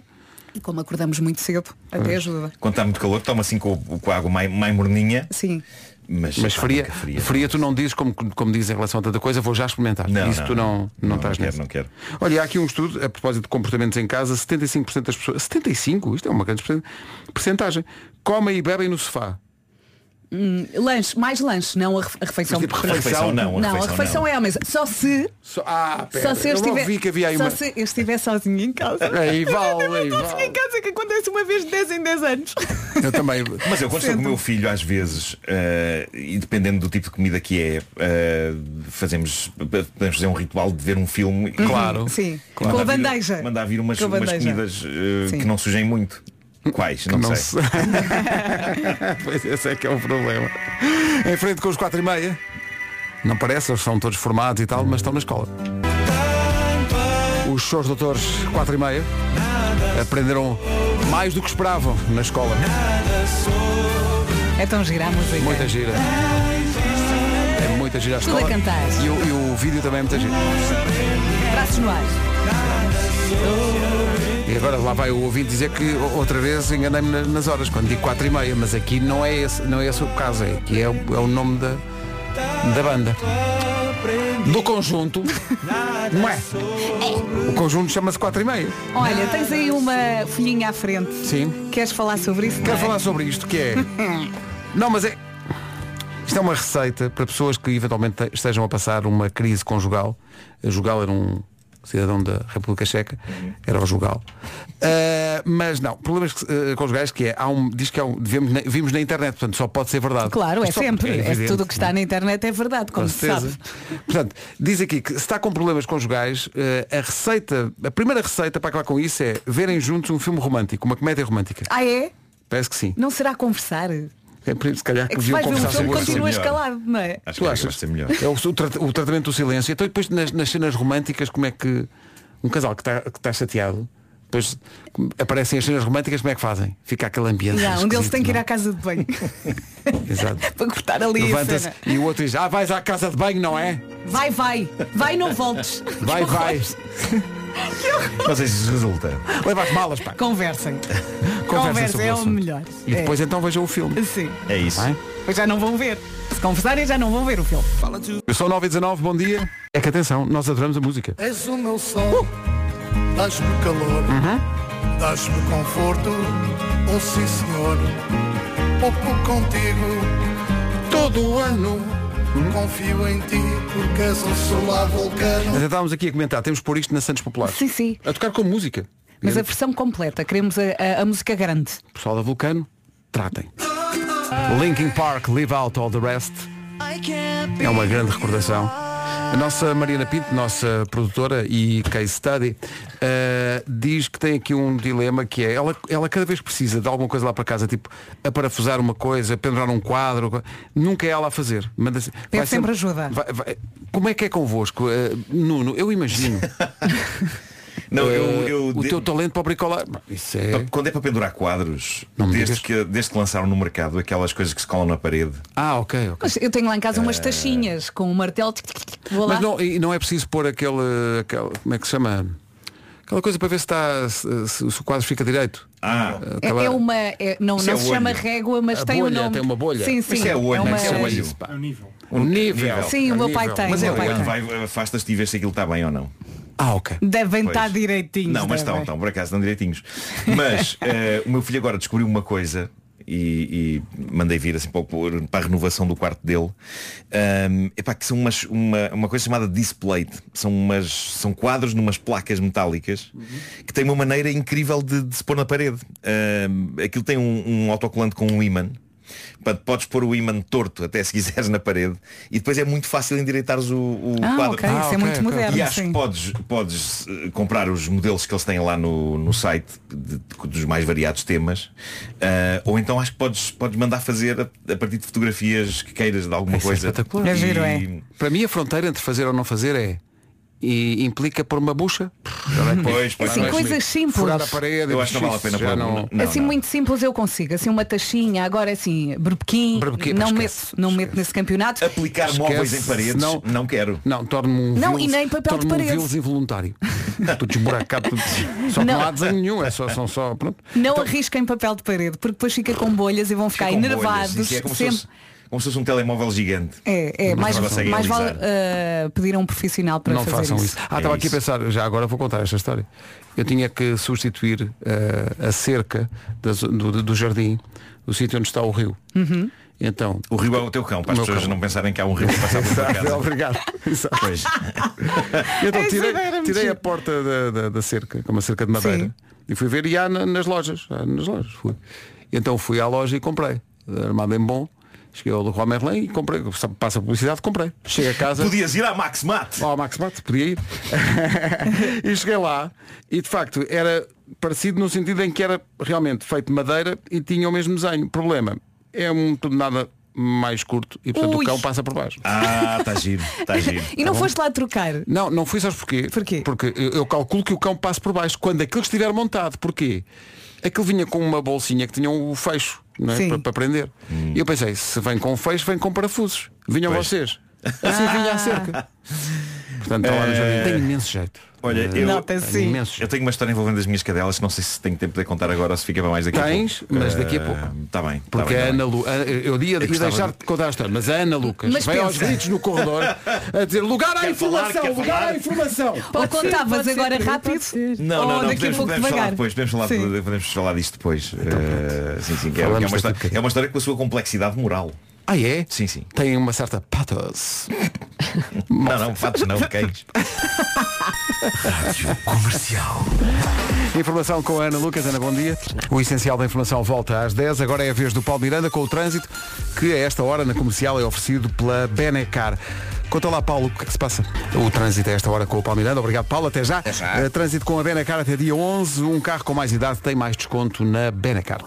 S2: Como acordamos muito cedo, até ajuda.
S9: Quando está muito calor, toma assim com, com a água mais, mais morninha.
S2: Sim.
S9: Mas,
S1: Mas
S9: pá,
S1: fria,
S9: nunca
S1: fria, tu não dizes como, como dizes em relação a tanta coisa, vou já experimentar.
S9: Não,
S1: Isso
S9: não,
S1: tu não, não,
S9: não, não
S1: estás
S9: quero,
S1: nessa.
S9: não quero.
S1: Olha, há aqui um estudo a propósito de comportamentos em casa, 75% das pessoas, 75, isto é uma grande percent- percentagem, comem e bebem no sofá.
S2: Lanche, mais lanche, não a ref- a refeição.
S1: Mas, tipo,
S9: A refeição não, a
S2: não, a
S9: refeição
S2: refeição
S9: não.
S2: é à mesa. Só se,
S1: Só, ah, pera,
S2: só se eu
S1: eu
S2: estiver,
S1: vi que havia aí
S2: só
S1: uma...
S2: se eu estiver sozinha em casa.
S1: Aí vale,
S2: Eu
S1: aí
S2: também estou
S1: vale.
S2: em casa que acontece uma vez de 10 em 10 anos.
S1: Eu também.
S9: Mas eu quando estou com o meu filho às vezes eh, e dependendo do tipo de comida que é eh, fazemos podemos fazer um ritual de ver um filme e-
S1: Claro.
S2: Sim,
S9: Manda
S2: com a
S9: vir-
S2: bandeja.
S9: Manda vir umas,
S2: Com a
S9: umas
S2: bandeja.
S9: comidas eh,
S2: Sim.
S9: que não sujem muito Quais? Não,
S1: Não sei.
S9: sei.
S1: pois esse é que é o problema. Em frente com os 4 e meia. Não parece, eles são todos formados e tal, mas estão na escola. Os shows doutores 4 e meia aprenderam mais do que esperavam na escola.
S2: É tão gira a música.
S1: Muita gira. É muita gira a
S2: Tudo
S1: escola.
S2: a cantar.
S1: E o, e o vídeo também é muita gira.
S2: Braços no ar.
S1: E agora lá vai o ouvinte dizer que o- outra vez enganei-me na- nas horas, quando digo 4 e meia, mas aqui não é esse, não é esse o caso, é que é, o- é o nome da, da banda. Do conjunto. Não é? O conjunto chama-se 4 e meia.
S2: Olha, tens aí uma folhinha à frente.
S1: Sim.
S2: Queres falar sobre isso?
S1: Quero
S2: Não é?
S1: falar sobre isto que é. Não, mas é. Isto é uma receita para pessoas que eventualmente te- estejam a passar uma crise conjugal. A Jugal era um cidadão da República Checa, era o Jugal. Ah, mas não, problemas que, eh, conjugais que é, há um, diz que há um, devemos na- vimos na internet, portanto só pode ser verdade.
S2: Claro, é
S1: Isto só-
S2: sempre. É
S1: evidente,
S2: tudo o que
S1: não é?
S2: está na internet é verdade, como
S1: Com
S2: se
S1: certeza.
S2: sabe.
S1: Portanto, diz aqui que se está com problemas conjugais, eh, a receita, a primeira receita para acabar com isso é verem juntos um filme romântico, uma comédia romântica.
S2: Ah é?
S1: Parece que sim.
S2: Não será conversar? É
S1: É por isso, se calhar, que
S2: que se
S1: deviam
S2: vais ver um
S1: conversar
S2: filme
S1: sobre
S9: isso.
S2: continua
S9: Melhor.
S2: escalado, não é?
S9: Acho
S1: Tu
S9: que
S1: achas?
S9: vai ser melhor.
S1: É o, o trata- o tratamento do silêncio. Então, e depois, nas, nas cenas românticas, como é que um casal que está que tá chateado, depois como aparecem as cenas românticas, como é que fazem? Fica aquele ambiente.
S2: Já, um deles
S1: esquisito,
S2: tem que ir
S1: não
S2: à
S1: é?
S2: casa de banho
S1: Exato.
S2: para cortar ali a
S1: Levanta-se
S2: cena.
S1: e o outro diz, ah, vais à casa de banho, não é?
S2: Vai, vai, vai, não voltes.
S1: Vai,
S2: Que horror.
S1: vai.
S9: Não sei se isso resulta. É
S1: Leva as malas, pá.
S2: Conversem.
S1: Conversa
S2: Conversa
S1: sobre
S2: é
S1: o
S2: o
S1: assunto.
S2: melhor.
S1: E depois então vejam o filme.
S2: É. Sim.
S9: É isso.
S1: Vai.
S2: Pois já não vão ver. Se conversarem já não vão ver o filme.
S1: Eu sou 9 e 19, bom dia. É que atenção, nós adoramos a música.
S2: É.
S10: És o meu sol, dás-me calor,
S1: Uhum.
S10: dás-me conforto, oh sim senhor, pouco contigo, todo ano confio em ti, porque és um solar vulcano.
S1: Até estávamos aqui a comentar, temos que pôr isto na Santos Popular.
S2: Sim, sim.
S1: A tocar com música.
S2: Mas
S1: E
S2: a versão completa, queremos a, a- a música grande.
S1: o pessoal da Vulcano, tratem. Linkin Park, Leave Out All the Rest. É uma grande recordação. A nossa Mariana Pinto, nossa produtora e case study, eh, diz que tem aqui um dilema que é, ela, ela cada vez que precisa de alguma coisa lá para casa, tipo a parafusar uma coisa, pendurar um quadro, co- nunca é ela a fazer. Manda vai um-
S2: sempre ajuda.
S1: vai- vai- como é que é convosco? Eh, Nuno, eu imagino
S9: Não, eu,
S1: eh,
S9: eu
S1: o
S9: de-
S1: teu talento para bricolar. Isso é.
S9: pa- Quando é para pendurar quadros,
S1: Não me
S9: desde
S1: digas.
S9: que, desde que lançaram no mercado aquelas coisas que se colam na parede,
S1: Ah, ok, ok.
S2: Mas eu tenho lá em casa umas taxinhas com um martelo. tic, tic, tic, Vou
S1: Eh,
S2: lá.
S1: Mas não, e não é preciso pôr aquele, aquele. Como é que se chama? Aquela coisa para ver se, está, se, se o quadro fica direito.
S9: Ah.
S2: É,
S1: Aquela-
S2: é uma. é- não
S9: Isso
S2: não
S9: é
S2: se
S9: o
S2: chama
S9: olho.
S2: régua, mas
S1: A
S2: tem
S1: bolha,
S2: um nome.
S1: tem uma bolha.
S2: Sim,
S1: Mas
S2: sim.
S9: isso é o olho,
S2: uma...
S9: não é? Isso é o olho.
S1: pá. O Um nível.
S9: um Nível.
S2: Sim, o meu pai
S1: Nível.
S2: tem.
S9: mas é
S2: o meu pai
S9: onde
S2: tem.
S9: vai, afastas-te e vês se aquilo está bem ou não.
S1: Ah, ok.
S2: Devem
S9: Pois.
S2: estar direitinhos. é?
S9: Não, mas estão,
S2: devem.
S9: estão, por acaso estão direitinhos. Mas eh, o meu filho agora descobriu uma coisa e, e mandei vir assim para, o- para a renovação do quarto dele. Ahm, epá, que são umas, uma, uma coisa chamada display. São, umas, são quadros numas placas metálicas que têm uma maneira incrível de, de se pôr na parede. Ahm, aquilo tem um, um autocolante com um ímã Portanto, podes pôr o imã torto até se quiseres na parede e depois é muito fácil endireitares o, o
S2: Ah,
S9: quadro.
S2: ok, isso é Ah, ok, muito ok. moderno,
S9: E acho
S2: sim.
S9: que podes, podes eh, comprar os modelos que eles têm lá no, no site de- de- dos mais variados temas. Ah, ou então acho que podes, podes mandar fazer a, a partir de fotografias que queiras de alguma coisa.
S2: É
S1: espetacular.
S9: E-
S1: Para mim a fronteira entre fazer ou não fazer é e implica pôr uma bucha. é Já vai comigo.
S9: Pois, pois,
S1: Já
S9: Assim,
S1: vai
S2: coisas
S1: comigo.
S2: simples.
S1: Furar a parede.
S9: Eu acho que não vale a pena
S1: já
S9: pôr,
S1: não.
S2: assim muito simples eu consigo, assim uma taxinha, agora assim, berbequim,
S1: Berbequim,
S2: não
S1: esquece,
S2: meto, não meto nesse campeonato.
S9: Aplicar
S1: Esquece,
S9: móveis em paredes,
S1: senão-
S9: não, quero.
S1: Não, torno-me um
S2: Não,
S1: vils-
S2: e nem papel
S1: torno-me
S2: de
S1: um
S2: parede.
S1: vils involuntário. tudo desburacado, tudo. Só que não.
S2: Não.
S1: há desenho nenhum, é só, são só. Pronto.
S2: Não arrisquem papel de parede, porque depois fica com bolhas e vão ficar
S9: então- Com bolhas,
S2: enervados.
S9: isso É como, se
S2: sempre.
S9: fosse, como se fosse um telemóvel gigante.
S2: É, é
S9: Não
S2: mais,
S9: conseguem
S2: mais vale
S9: alisar.
S2: ah, pedir a um profissional para
S1: não
S2: fazer
S1: façam isso. Ah,
S9: É
S1: estava aqui a
S9: isso.
S1: pensar, já agora vou contar esta história. Eu tinha que substituir eh, a cerca da zo- do, do jardim, do sítio onde está o rio.
S2: Uhum.
S1: Então,
S9: O rio é o teu cão, para as
S1: O meu
S9: pessoas
S1: cão.
S9: não pensarem que há um rio a passar por tua casa.
S1: Obrigado. Exato.
S9: Pois.
S1: Então
S2: Essa
S1: tirei,
S2: ideia era muito
S1: tirei a
S2: gira.
S1: porta da, da, da cerca, com uma cerca de madeira,
S2: Sim.
S1: e fui ver e há na- nas lojas. Há nas lojas. Fui. Então fui à loja e comprei. Armado em bom. Cheguei ao Leroy Merlin e comprei. Passa a publicidade, comprei. Cheguei a casa.
S9: Podias ir à Max Mate.
S1: Ó, Max Mato, podia ir. e cheguei lá e de facto era parecido no sentido em que era realmente feito de madeira e tinha o mesmo desenho. Problema, é um tudo nada mais curto e portanto
S2: Ui.
S1: o cão passa por baixo.
S9: Ah, está giro, está giro. tá
S2: E não foste lá trocar.
S1: Não, não fui, sabes porquê?
S2: Porquê?
S1: Porque eu, eu calculo que o cão passe por baixo quando aquilo estiver montado. Porquê? Aquilo vinha com uma bolsinha que tinha o fecho não é?
S2: Sim.
S1: para, para prender. E eu pensei, se vem com fecho, vem com parafusos. Vinham
S9: Pois.
S1: vocês. Assim vinha a cerca. Portanto, está lá no jardim. Tem imenso jeito.
S9: Olha,
S1: Eh,
S9: eu-
S1: tem
S2: Nota-se.
S1: imenso jeito.
S9: Eu tenho uma história envolvendo as minhas cadelas, não sei se tenho tempo de contar agora ou se fica para mais daqui a
S1: Tens,
S9: pouco.
S1: mas daqui a
S9: Ah,
S1: pouco.
S9: Está bem. está
S1: Porque é
S9: bem,
S1: a
S9: está
S1: Ana
S9: bem.
S1: Lu... a- Eu ia, ia
S9: gostava
S1: deixar
S9: de-
S1: de contar a história, mas a Ana Lucas
S2: Mas
S1: vai aos
S2: pensa.
S1: gritos no corredor a dizer lugar à
S9: Quer falar,
S1: informação,
S9: quer
S1: lugar à
S9: falar?"
S1: informação.
S2: Ou contavas agora rápido.
S9: Não,
S1: Oh,
S2: ou
S9: não, não,
S2: daqui a
S9: podemos,
S2: pouco
S9: podemos falar
S2: devagar.
S9: depois, podemos falar,
S2: Sim.
S9: podemos falar disto depois. Eh, sim, sim, que
S1: Então
S9: é, que é
S1: Falamos
S9: uma
S1: daqui a
S9: história,
S1: bocadinho.
S9: é uma história com a sua complexidade moral.
S1: Ah é?
S9: Sim, sim.
S1: Tem uma certa pathos.
S9: Não, não, fatos não, queijos.
S1: Informação com a Ana Lucas. Ana, bom dia. O essencial da informação volta às 10. Agora é a vez do Paulo Miranda com o trânsito, que a esta hora na comercial é oferecido pela Benecar. Conta lá, Paulo, o que é que se passa? O trânsito a esta hora com o Paulo Miranda. Obrigado, Paulo. Até já. Eh, Trânsito com a Benecar até dia 11. Um carro com mais idade tem mais desconto na Benecar.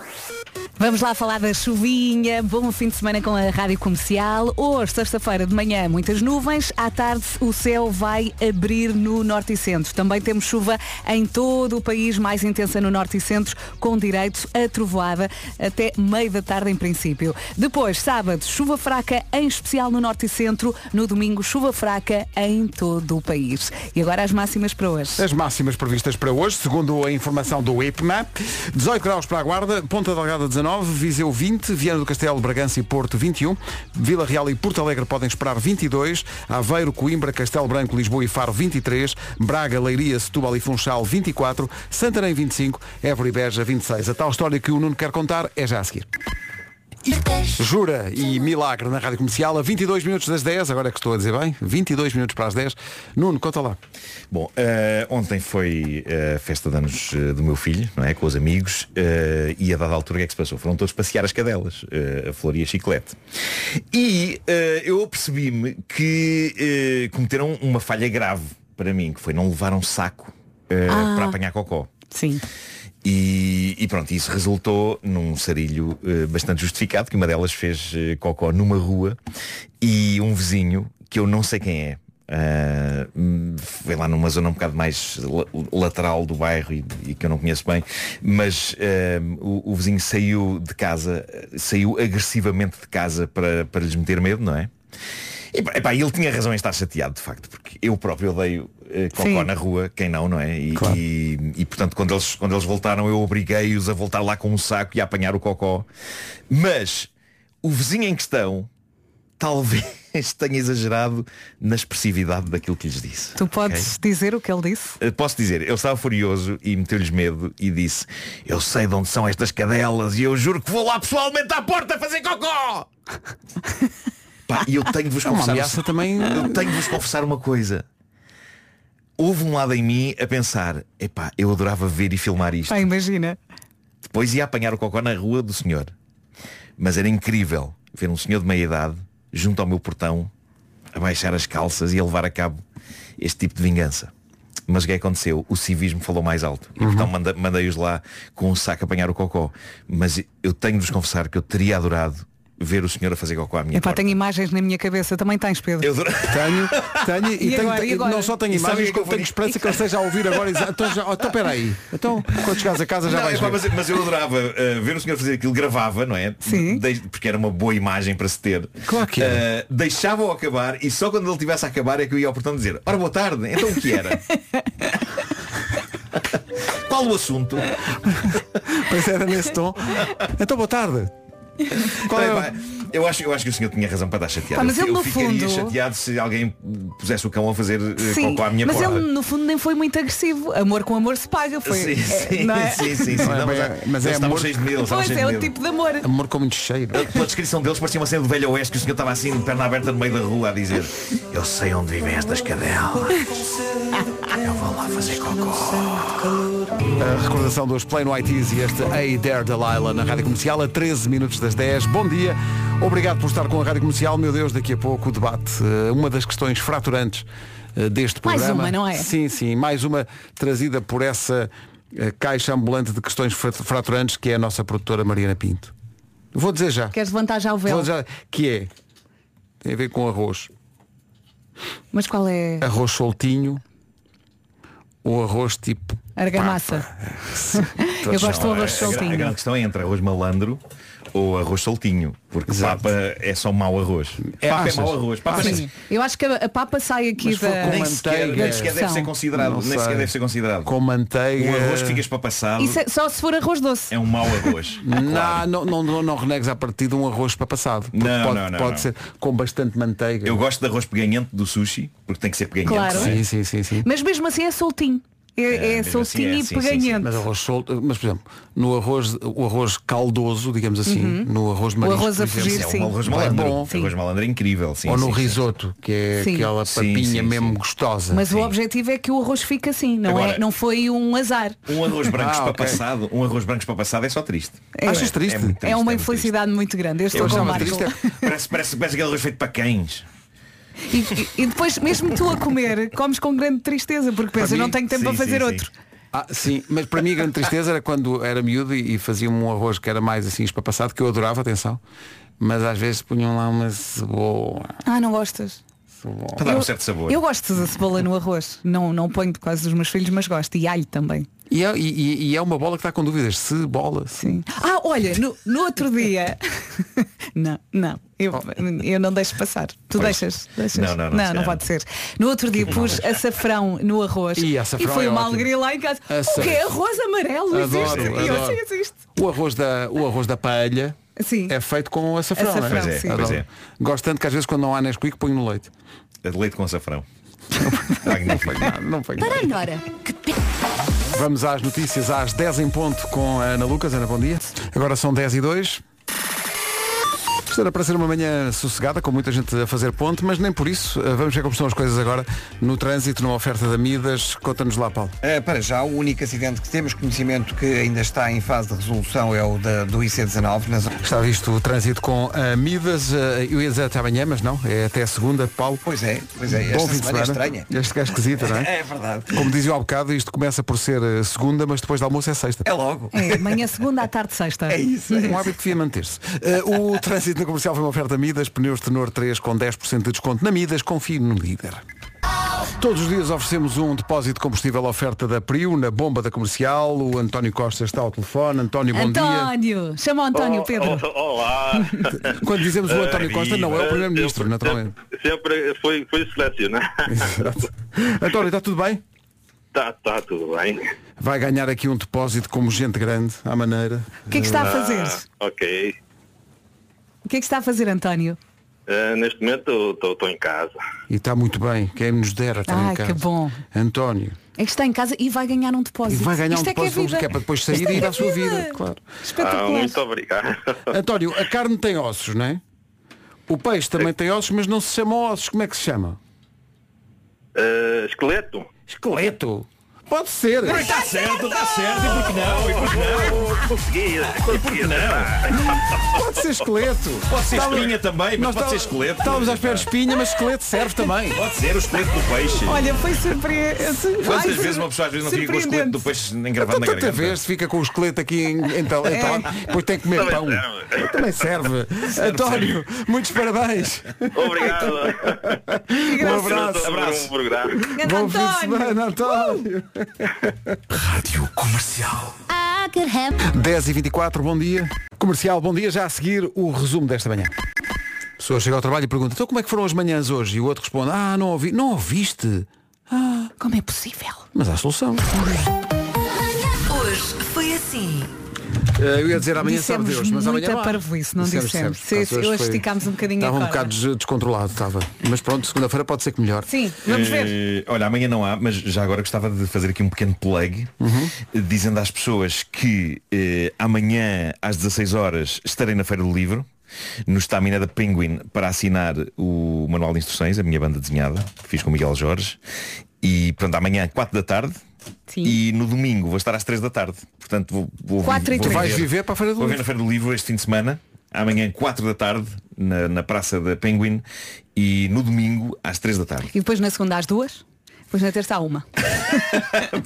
S2: Vamos lá falar da chuvinha. Bom fim de semana com a Rádio Comercial. Hoje, sexta-feira de manhã, muitas nuvens. À tarde, o céu vai abrir no norte e centro. Também temos chuva em todo o país, mais intensa no norte e centro, com direito a trovoada até meio da tarde, em princípio. Depois, sábado, chuva fraca, em especial no norte e centro. No domingo, chuva fraca em todo o país. E agora as máximas para hoje.
S1: As máximas previstas para hoje, segundo a informação do IPMA, 18 graus para a Guarda, Ponta Delgada 19, Viseu 20, Viana do Castelo, Bragança e Porto 21, Vila Real e Porto Alegre podem esperar 22, Aveiro, Coimbra, Castelo Branco, Lisboa e Faro 23, Braga, Leiria, Setúbal e Funchal 24, Santarém 25, Évora e Beja 26. A tal história que o Nuno quer contar é já a seguir. Jura e Milagre na Rádio Comercial a 22 minutos das 10, agora é que estou a dizer bem, 22 minutos para as 10. Nuno, conta lá.
S9: Bom, eh, ontem foi eh, a festa de anos eh, do meu filho, não é? Com os amigos, eh, e a dada altura o que é que se passou? Foram todos passear as cadelas, eh, a Flor e a Chiclete. E eh, eu apercebi-me que eh, cometeram uma falha grave para mim, que foi não levar um saco eh, para apanhar cocó.
S2: Sim.
S9: E, e pronto, isso resultou num sarilho eh, bastante justificado, que uma delas fez eh, cocó numa rua e um vizinho, que eu não sei quem é, ah, hum, foi lá numa zona um bocado mais la- lateral do bairro e, e que eu não conheço bem, mas ah, o, o vizinho saiu de casa, eh, saiu agressivamente de casa para, para lhes meter medo, não é? E pá, epá, ele tinha razão em estar chateado, de facto, porque eu próprio odeio eh, cocó
S2: Sim.
S9: na rua, quem não, não é? E, e, e, portanto, quando eles, quando eles voltaram, eu obriguei-os a voltar lá com um saco e a apanhar o cocó. Mas o vizinho em questão talvez tenha exagerado na expressividade daquilo que lhes disse.
S2: Tu podes dizer o que ele disse?
S9: Eh, Posso dizer, ele estava furioso e meteu-lhes medo e disse, eu sei de onde são estas cadelas e eu juro que vou lá pessoalmente à porta fazer cocó! Pá, e eu tenho de vos
S1: É uma
S9: confessar.
S1: ameaça também. eh,
S9: Eu tenho de vos confessar uma coisa. Houve um lado em mim a pensar, epá, eu adorava ver e filmar isto.
S2: Pá, Ah, imagina.
S9: Depois ia apanhar o cocó na rua do senhor. Mas era incrível ver um senhor de meia idade junto ao meu portão a baixar as calças e a levar a cabo este tipo de vingança. Mas o que é que aconteceu? O civismo falou mais alto. E
S2: Uhum.
S9: então manda- mandei-os lá com um saco apanhar o cocó. Mas eu tenho de vos confessar que eu teria adorado ver o senhor a fazer cocó à minha
S2: Epá, tenho imagens na minha cabeça, também tens, Pedro.
S9: Eu adoro-
S1: Tenho, tenho, e,
S2: E
S1: tenho,
S2: agora, e agora?
S1: não só tenho
S9: E sabe o
S1: imagens,
S9: que é que
S1: como
S9: eu
S1: tenho
S9: vou-
S1: esperança que ele esteja a ouvir agora. e diz, Então, já, então peraí. Então, quando chegares a casa já
S9: Não, é
S1: vais
S9: epá,
S1: ver.
S9: mas, mas eu adorava uh, ver o senhor fazer aquilo, gravava, não é?
S2: Sim.
S9: Dei- porque era uma boa imagem para se ter.
S1: Claro que é.
S9: Uh, Deixava-o acabar e só quando ele tivesse a acabar é que eu ia ao portão dizer, ora boa tarde, então o que era? Qual o assunto?
S1: Mas era nesse tom. Então, boa tarde. Qual é?
S9: Epá, eu, acho, eu acho que o senhor tinha razão para estar chateado.
S2: Pá, mas
S9: eu
S2: ele,
S9: eu
S2: no
S9: ficaria
S2: fundo-
S9: chateado se alguém pusesse o cão a fazer uh,
S2: Sim,
S9: cocó à minha
S2: mas
S9: porta.
S2: ele no fundo nem foi muito agressivo. Amor com amor se paga, foi.
S9: Sim, sim,
S2: é, não é?
S9: sim, sim, sim.
S1: Não é
S9: Não,
S1: bem-
S9: mas,
S1: mas é
S9: eles estavam
S1: amor-
S9: cheios de medo. eles estavam
S2: Pois
S9: cheios
S2: é,
S9: de
S2: o
S9: medo.
S2: tipo de amor.
S1: Amor com muito cheiro.
S9: Pela descrição deles parecia uma cena de velho oeste que o senhor estava assim de perna aberta no meio da rua a dizer Eu sei onde vivem estas cadelas Eu vou lá fazer cocó
S1: A recordação dos Play No ITs e este Hey There Delilah na Rádio Comercial a 13 minutos das 10. Bom dia, obrigado por estar com a Rádio Comercial. Meu Deus, daqui a pouco o debate, eh, uma das questões fraturantes eh, deste
S2: Mais
S1: programa.
S2: uma, não é?
S1: Sim, sim, mais uma trazida por essa eh, caixa ambulante de questões fra- fraturantes que é a nossa produtora Mariana Pinto. Vou dizer já,
S2: Queres levantar já o véu?
S1: vou dizer já que é, tem a ver com arroz.
S2: Mas qual é
S1: Arroz soltinho ou arroz tipo...
S2: a argamassa? Eu gosto do arroz
S9: é, A
S2: soltinho.
S9: grande questão é entre arroz malandro ou arroz soltinho Porque
S1: Exato.
S9: papa é só mau arroz
S1: É,
S9: Papa
S1: achas?
S9: é mau arroz papa nem-
S2: Sim. Eu acho que a, a papa sai aqui
S1: Mas
S2: da.
S1: foi com
S9: nem sequer,
S1: manteiga.
S9: nem sequer deve ser considerado
S1: Não
S9: Nem
S1: sei.
S9: sequer deve ser considerado
S1: Com manteiga.
S9: Um arroz que ficas para passado
S2: Isso é- só se for arroz doce.
S9: é um mau arroz
S1: Não, não, não, não, não renegues à partida um arroz para passado. porque
S9: Não,
S1: pode,
S9: não, não,
S1: pode
S9: não.
S1: ser com bastante manteiga.
S9: Eu gosto de arroz peganhento do sushi Porque tem que ser peganhento
S2: Claro.
S9: não é?
S1: Sim, sim, sim, sim.
S2: Mas mesmo assim é soltinho. É, é
S9: mesmo assim
S2: soltinho
S9: é,
S2: e
S9: sim, sim, sim.
S2: peganhento.
S1: Mas arroz solto, mas por exemplo, no arroz, o arroz caldoso, digamos assim, no arroz marisco,
S2: Uhum. arroz
S1: por
S2: a
S1: exemplo,
S2: fugir,
S9: é
S2: sim.
S9: um arroz
S1: Bem
S9: malandro.
S1: bom.
S9: O arroz malandro é incrível, sim.
S1: ou no
S9: sim, sim.
S1: risoto, que é
S2: Sim.
S1: aquela
S9: Sim,
S1: papinha
S9: sim,
S1: mesmo
S9: sim.
S1: gostosa.
S2: Mas o
S9: Sim.
S2: objetivo é que o arroz fique assim, não, é,
S9: Agora-
S2: não foi um azar.
S9: Um arroz branco
S1: Ah,
S9: para
S1: ok.
S9: passado, um arroz branco para passado é só triste.
S1: Achas triste?
S9: muito
S2: É uma
S9: muito triste.
S2: infelicidade muito grande. Eu estou
S1: Eu
S2: com o
S1: achava
S2: Marco.
S1: triste.
S9: é Parece, parece, parece aquele arroz feito para cães.
S2: E, e- e depois, mesmo tu a comer, comes com grande tristeza, porque pensas,
S9: mim,
S2: não tenho tempo
S9: sim,
S2: para
S9: sim,
S2: fazer
S9: sim.
S2: outro.
S1: Ah, sim, mas para mim a grande tristeza era quando era miúdo e, e faziam um arroz que era mais assim espapassado, que eu adorava, atenção. Mas às vezes punham lá uma cebola.
S2: Ah, não gostas?
S1: cebola.
S9: Para dar um certo sabor.
S2: Eu gosto da cebola no arroz. Não, não ponho de quase dos meus filhos, mas gosto. E alho também.
S1: E é, e- e- e é uma bola que está com dúvidas. Se bola, se
S2: Sim. Ah, olha, no, no outro dia. não, não. Eu, eu não deixo passar. Tu deixas, deixas?
S9: Não, não, não,
S2: não,
S9: se calhar
S2: pode ser. No outro dia pus açafrão no arroz.
S1: Ih, açafrão
S2: e foi
S1: é
S2: uma
S1: ótimo.
S2: alegria lá em casa.
S1: Açaf-
S2: O que é arroz
S1: Adoro,
S2: amarelo? existe? E eu
S1: adoro.
S2: assim existe.
S1: O arroz da, o arroz da paella
S2: Sim.
S1: é feito com açafrão,
S2: Açafrão,
S1: não
S2: Pois é, sim.
S9: pois
S1: Adoro.
S9: é.
S1: Gosto tanto que às vezes quando não há Nesquik ponho no leite.
S9: É de Leite com açafrão. Magnífico.
S1: Ah, não foi nada.
S8: Paranoia. Que p...
S1: Vamos às notícias às 10 em ponto com a Ana Lucas. Ana, bom dia. Agora são 10 e 2. Isto era para ser uma manhã sossegada, com muita gente a fazer ponte, mas nem por isso. Eh, Vamos ver como estão as coisas agora no trânsito, numa oferta da Midas. Conta-nos lá, Paulo.
S3: Uh, para já, o único acidente que temos conhecimento que ainda está em fase de resolução é o da, do IC19. Na zona...
S1: Está visto o trânsito com a Midas. Eh, Eu ia dizer até amanhã, mas não. É até segunda. Paulo.
S3: Pois é, pois é.
S1: Bom
S3: Esta
S1: fim de
S3: semana é
S1: semana.
S3: estranha.
S1: Este gajo esquisito, não é?
S3: É verdade.
S1: Como dizia há bocado, isto começa por ser eh, segunda, mas depois de almoço é sexta.
S3: É logo.
S2: É, manhã segunda, à tarde sexta.
S3: É isso.
S1: Um hábito que devia manter-se. Eh, o trânsito na comercial foi uma oferta Midas, pneus Tenor 3 com 10% de desconto na Midas, confie no líder. Todos os dias oferecemos um depósito de combustível à oferta da Priu, na bomba da comercial. O António Costa está ao telefone. António, bom dia.
S2: António, chama o
S9: Oh,
S2: António, Pedro.
S11: Oh, Olá!
S1: Quando dizemos o António Costa, não é o
S11: Viva.
S1: Primeiro-Ministro,
S11: Sempre-
S1: naturalmente.
S11: Sempre foi, foi selecionado.
S1: Exato. António, está tudo bem?
S11: Está tá, tudo bem.
S1: Vai ganhar aqui um depósito como gente grande, à maneira.
S2: O que é que está a fazer?
S11: Ah, ok.
S2: O que é que está a fazer, António?
S11: Ah, neste momento estou em casa.
S1: E está muito bem. Quem nos dera está
S2: Ai,
S1: em casa.
S2: que bom.
S1: António.
S2: É que está em casa e vai ganhar um
S1: E
S2: depósito.
S1: vai ganhar
S2: Isto
S1: um
S2: é que é
S1: depósito
S2: vida.
S1: que é para depois sair
S2: Isto
S1: e ir
S2: é
S1: à sua
S2: vida.
S1: vida. Claro.
S11: Ah,
S2: Espetacular.
S11: muito obrigado.
S1: António, a carne tem ossos, não é? O peixe também tem ossos, mas não se chamam ossos. Como é que se chama?
S11: Ah, esqueleto?
S1: Esqueleto. Pode ser.
S12: Mas está certo, está certo. E por que não? E por que não? Consegui, consegui,
S1: Tá.
S12: não?
S1: Pode ser esqueleto.
S9: Pode ser espinha também, mas
S1: nós
S9: pode ser
S1: estávamos-
S9: esqueleto.
S1: Estávamos à espera de espinha, mas esqueleto serve também.
S9: Pode ser o esqueleto do peixe.
S13: Olha, foi surpreendente.
S9: Quantas vezes uma pessoa às vezes não fica com o esqueleto do peixe engravado na
S1: Então Tanta
S9: garganta?
S1: vez se fica com o esqueleto aqui em, em tal- em tal-
S9: É.
S1: depois tem que comer
S9: Também
S1: pão.
S9: serve.
S1: Também serve.
S9: Serve,
S1: António, muitos parabéns.
S11: Obrigado.
S1: Um abraço.
S11: Um programa.
S1: Bom fim de semana, António. Rádio Comercial.
S5: I could have
S1: 10 e 24 bom dia. Comercial, bom dia. Já a seguir o resumo desta manhã. A pessoa chega ao trabalho e pergunta, então como é que foram as manhãs hoje? E o outro responde, ah, não ouvi. Não ouviste? Ah,
S13: como é possível?
S1: Mas há solução.
S14: Hoje foi assim.
S1: Eh, Eu ia dizer amanhã sabe
S13: Dissemos
S1: Deus, mas amanhã
S13: muita
S1: há.
S13: parvoíce, não dissemos. Sim,
S1: Portanto,
S13: sim, hoje esticámos um bocadinho a
S1: Estava um
S13: corda.
S1: bocado des- descontrolado, estava. Mas pronto, segunda-feira pode ser que melhor.
S13: Sim, vamos ver.
S9: Eh, olha, amanhã não há, mas já agora gostava de fazer aqui um pequeno plug,
S1: Uhum.
S9: eh, dizendo às pessoas que eh, amanhã às 16 horas estarei na Feira do Livro, no Stamina da Penguin, para assinar o Manual de Instruções, a minha banda desenhada, que fiz com o Miguel Jorge. E pronto, amanhã às 4 da tarde. E no domingo vou estar às 3 da tarde. Portanto, vou, vou,
S1: Quatro e
S9: vou
S1: três. Vais viver para a Feira do
S9: vou
S1: Livro.
S9: ver na Feira do Livro este fim de semana, amanhã 4 da tarde, na, na Praça da Penguin, e no domingo às 3 da tarde.
S13: E depois na segunda às duas, depois na terça à uma.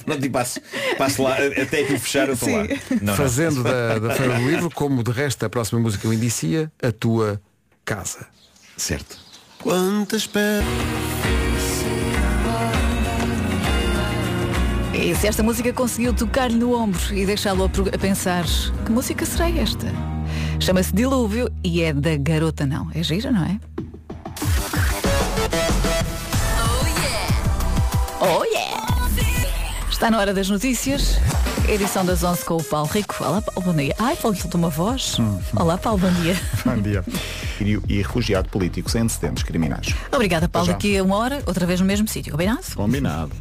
S9: Pronto, e passo, passo lá até aquilo fechar, eu estou lá. Não,
S1: Fazendo
S9: não.
S1: Da, da Feira do Livro, como de resto a próxima música o indicia, a tua casa.
S9: Certo.
S1: Quantas pedras.
S2: E se É esta música conseguiu tocar-lhe no ombro e deixá-lo a pro- a pensar, que música será esta? Chama-se Dilúvio e é da garota não. É gira, não é? Oh yeah! Está na hora das notícias. Edição das 11 com o Paulo Rico. Olá, Paulo, bom dia. Ai, faltou uma voz. Olá, Paulo, bom dia.
S15: Hum. Bom dia. E, e refugiado político sem antecedentes criminais.
S2: Obrigada,
S15: Até
S2: Paulo.
S15: já.
S2: Daqui a uma hora, outra vez no mesmo sítio. Combinado?
S15: Combinado.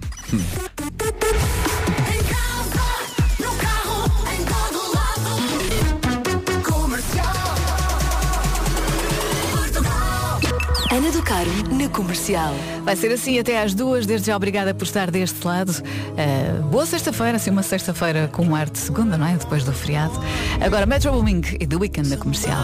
S2: Ana do Caro na comercial. Vai ser assim até às duas, desde já obrigada por estar deste lado. Eh, boa sexta-feira, assim uma sexta-feira com um ar de segunda, não é? Depois do feriado. Agora Metro Booming e The Weekend na comercial.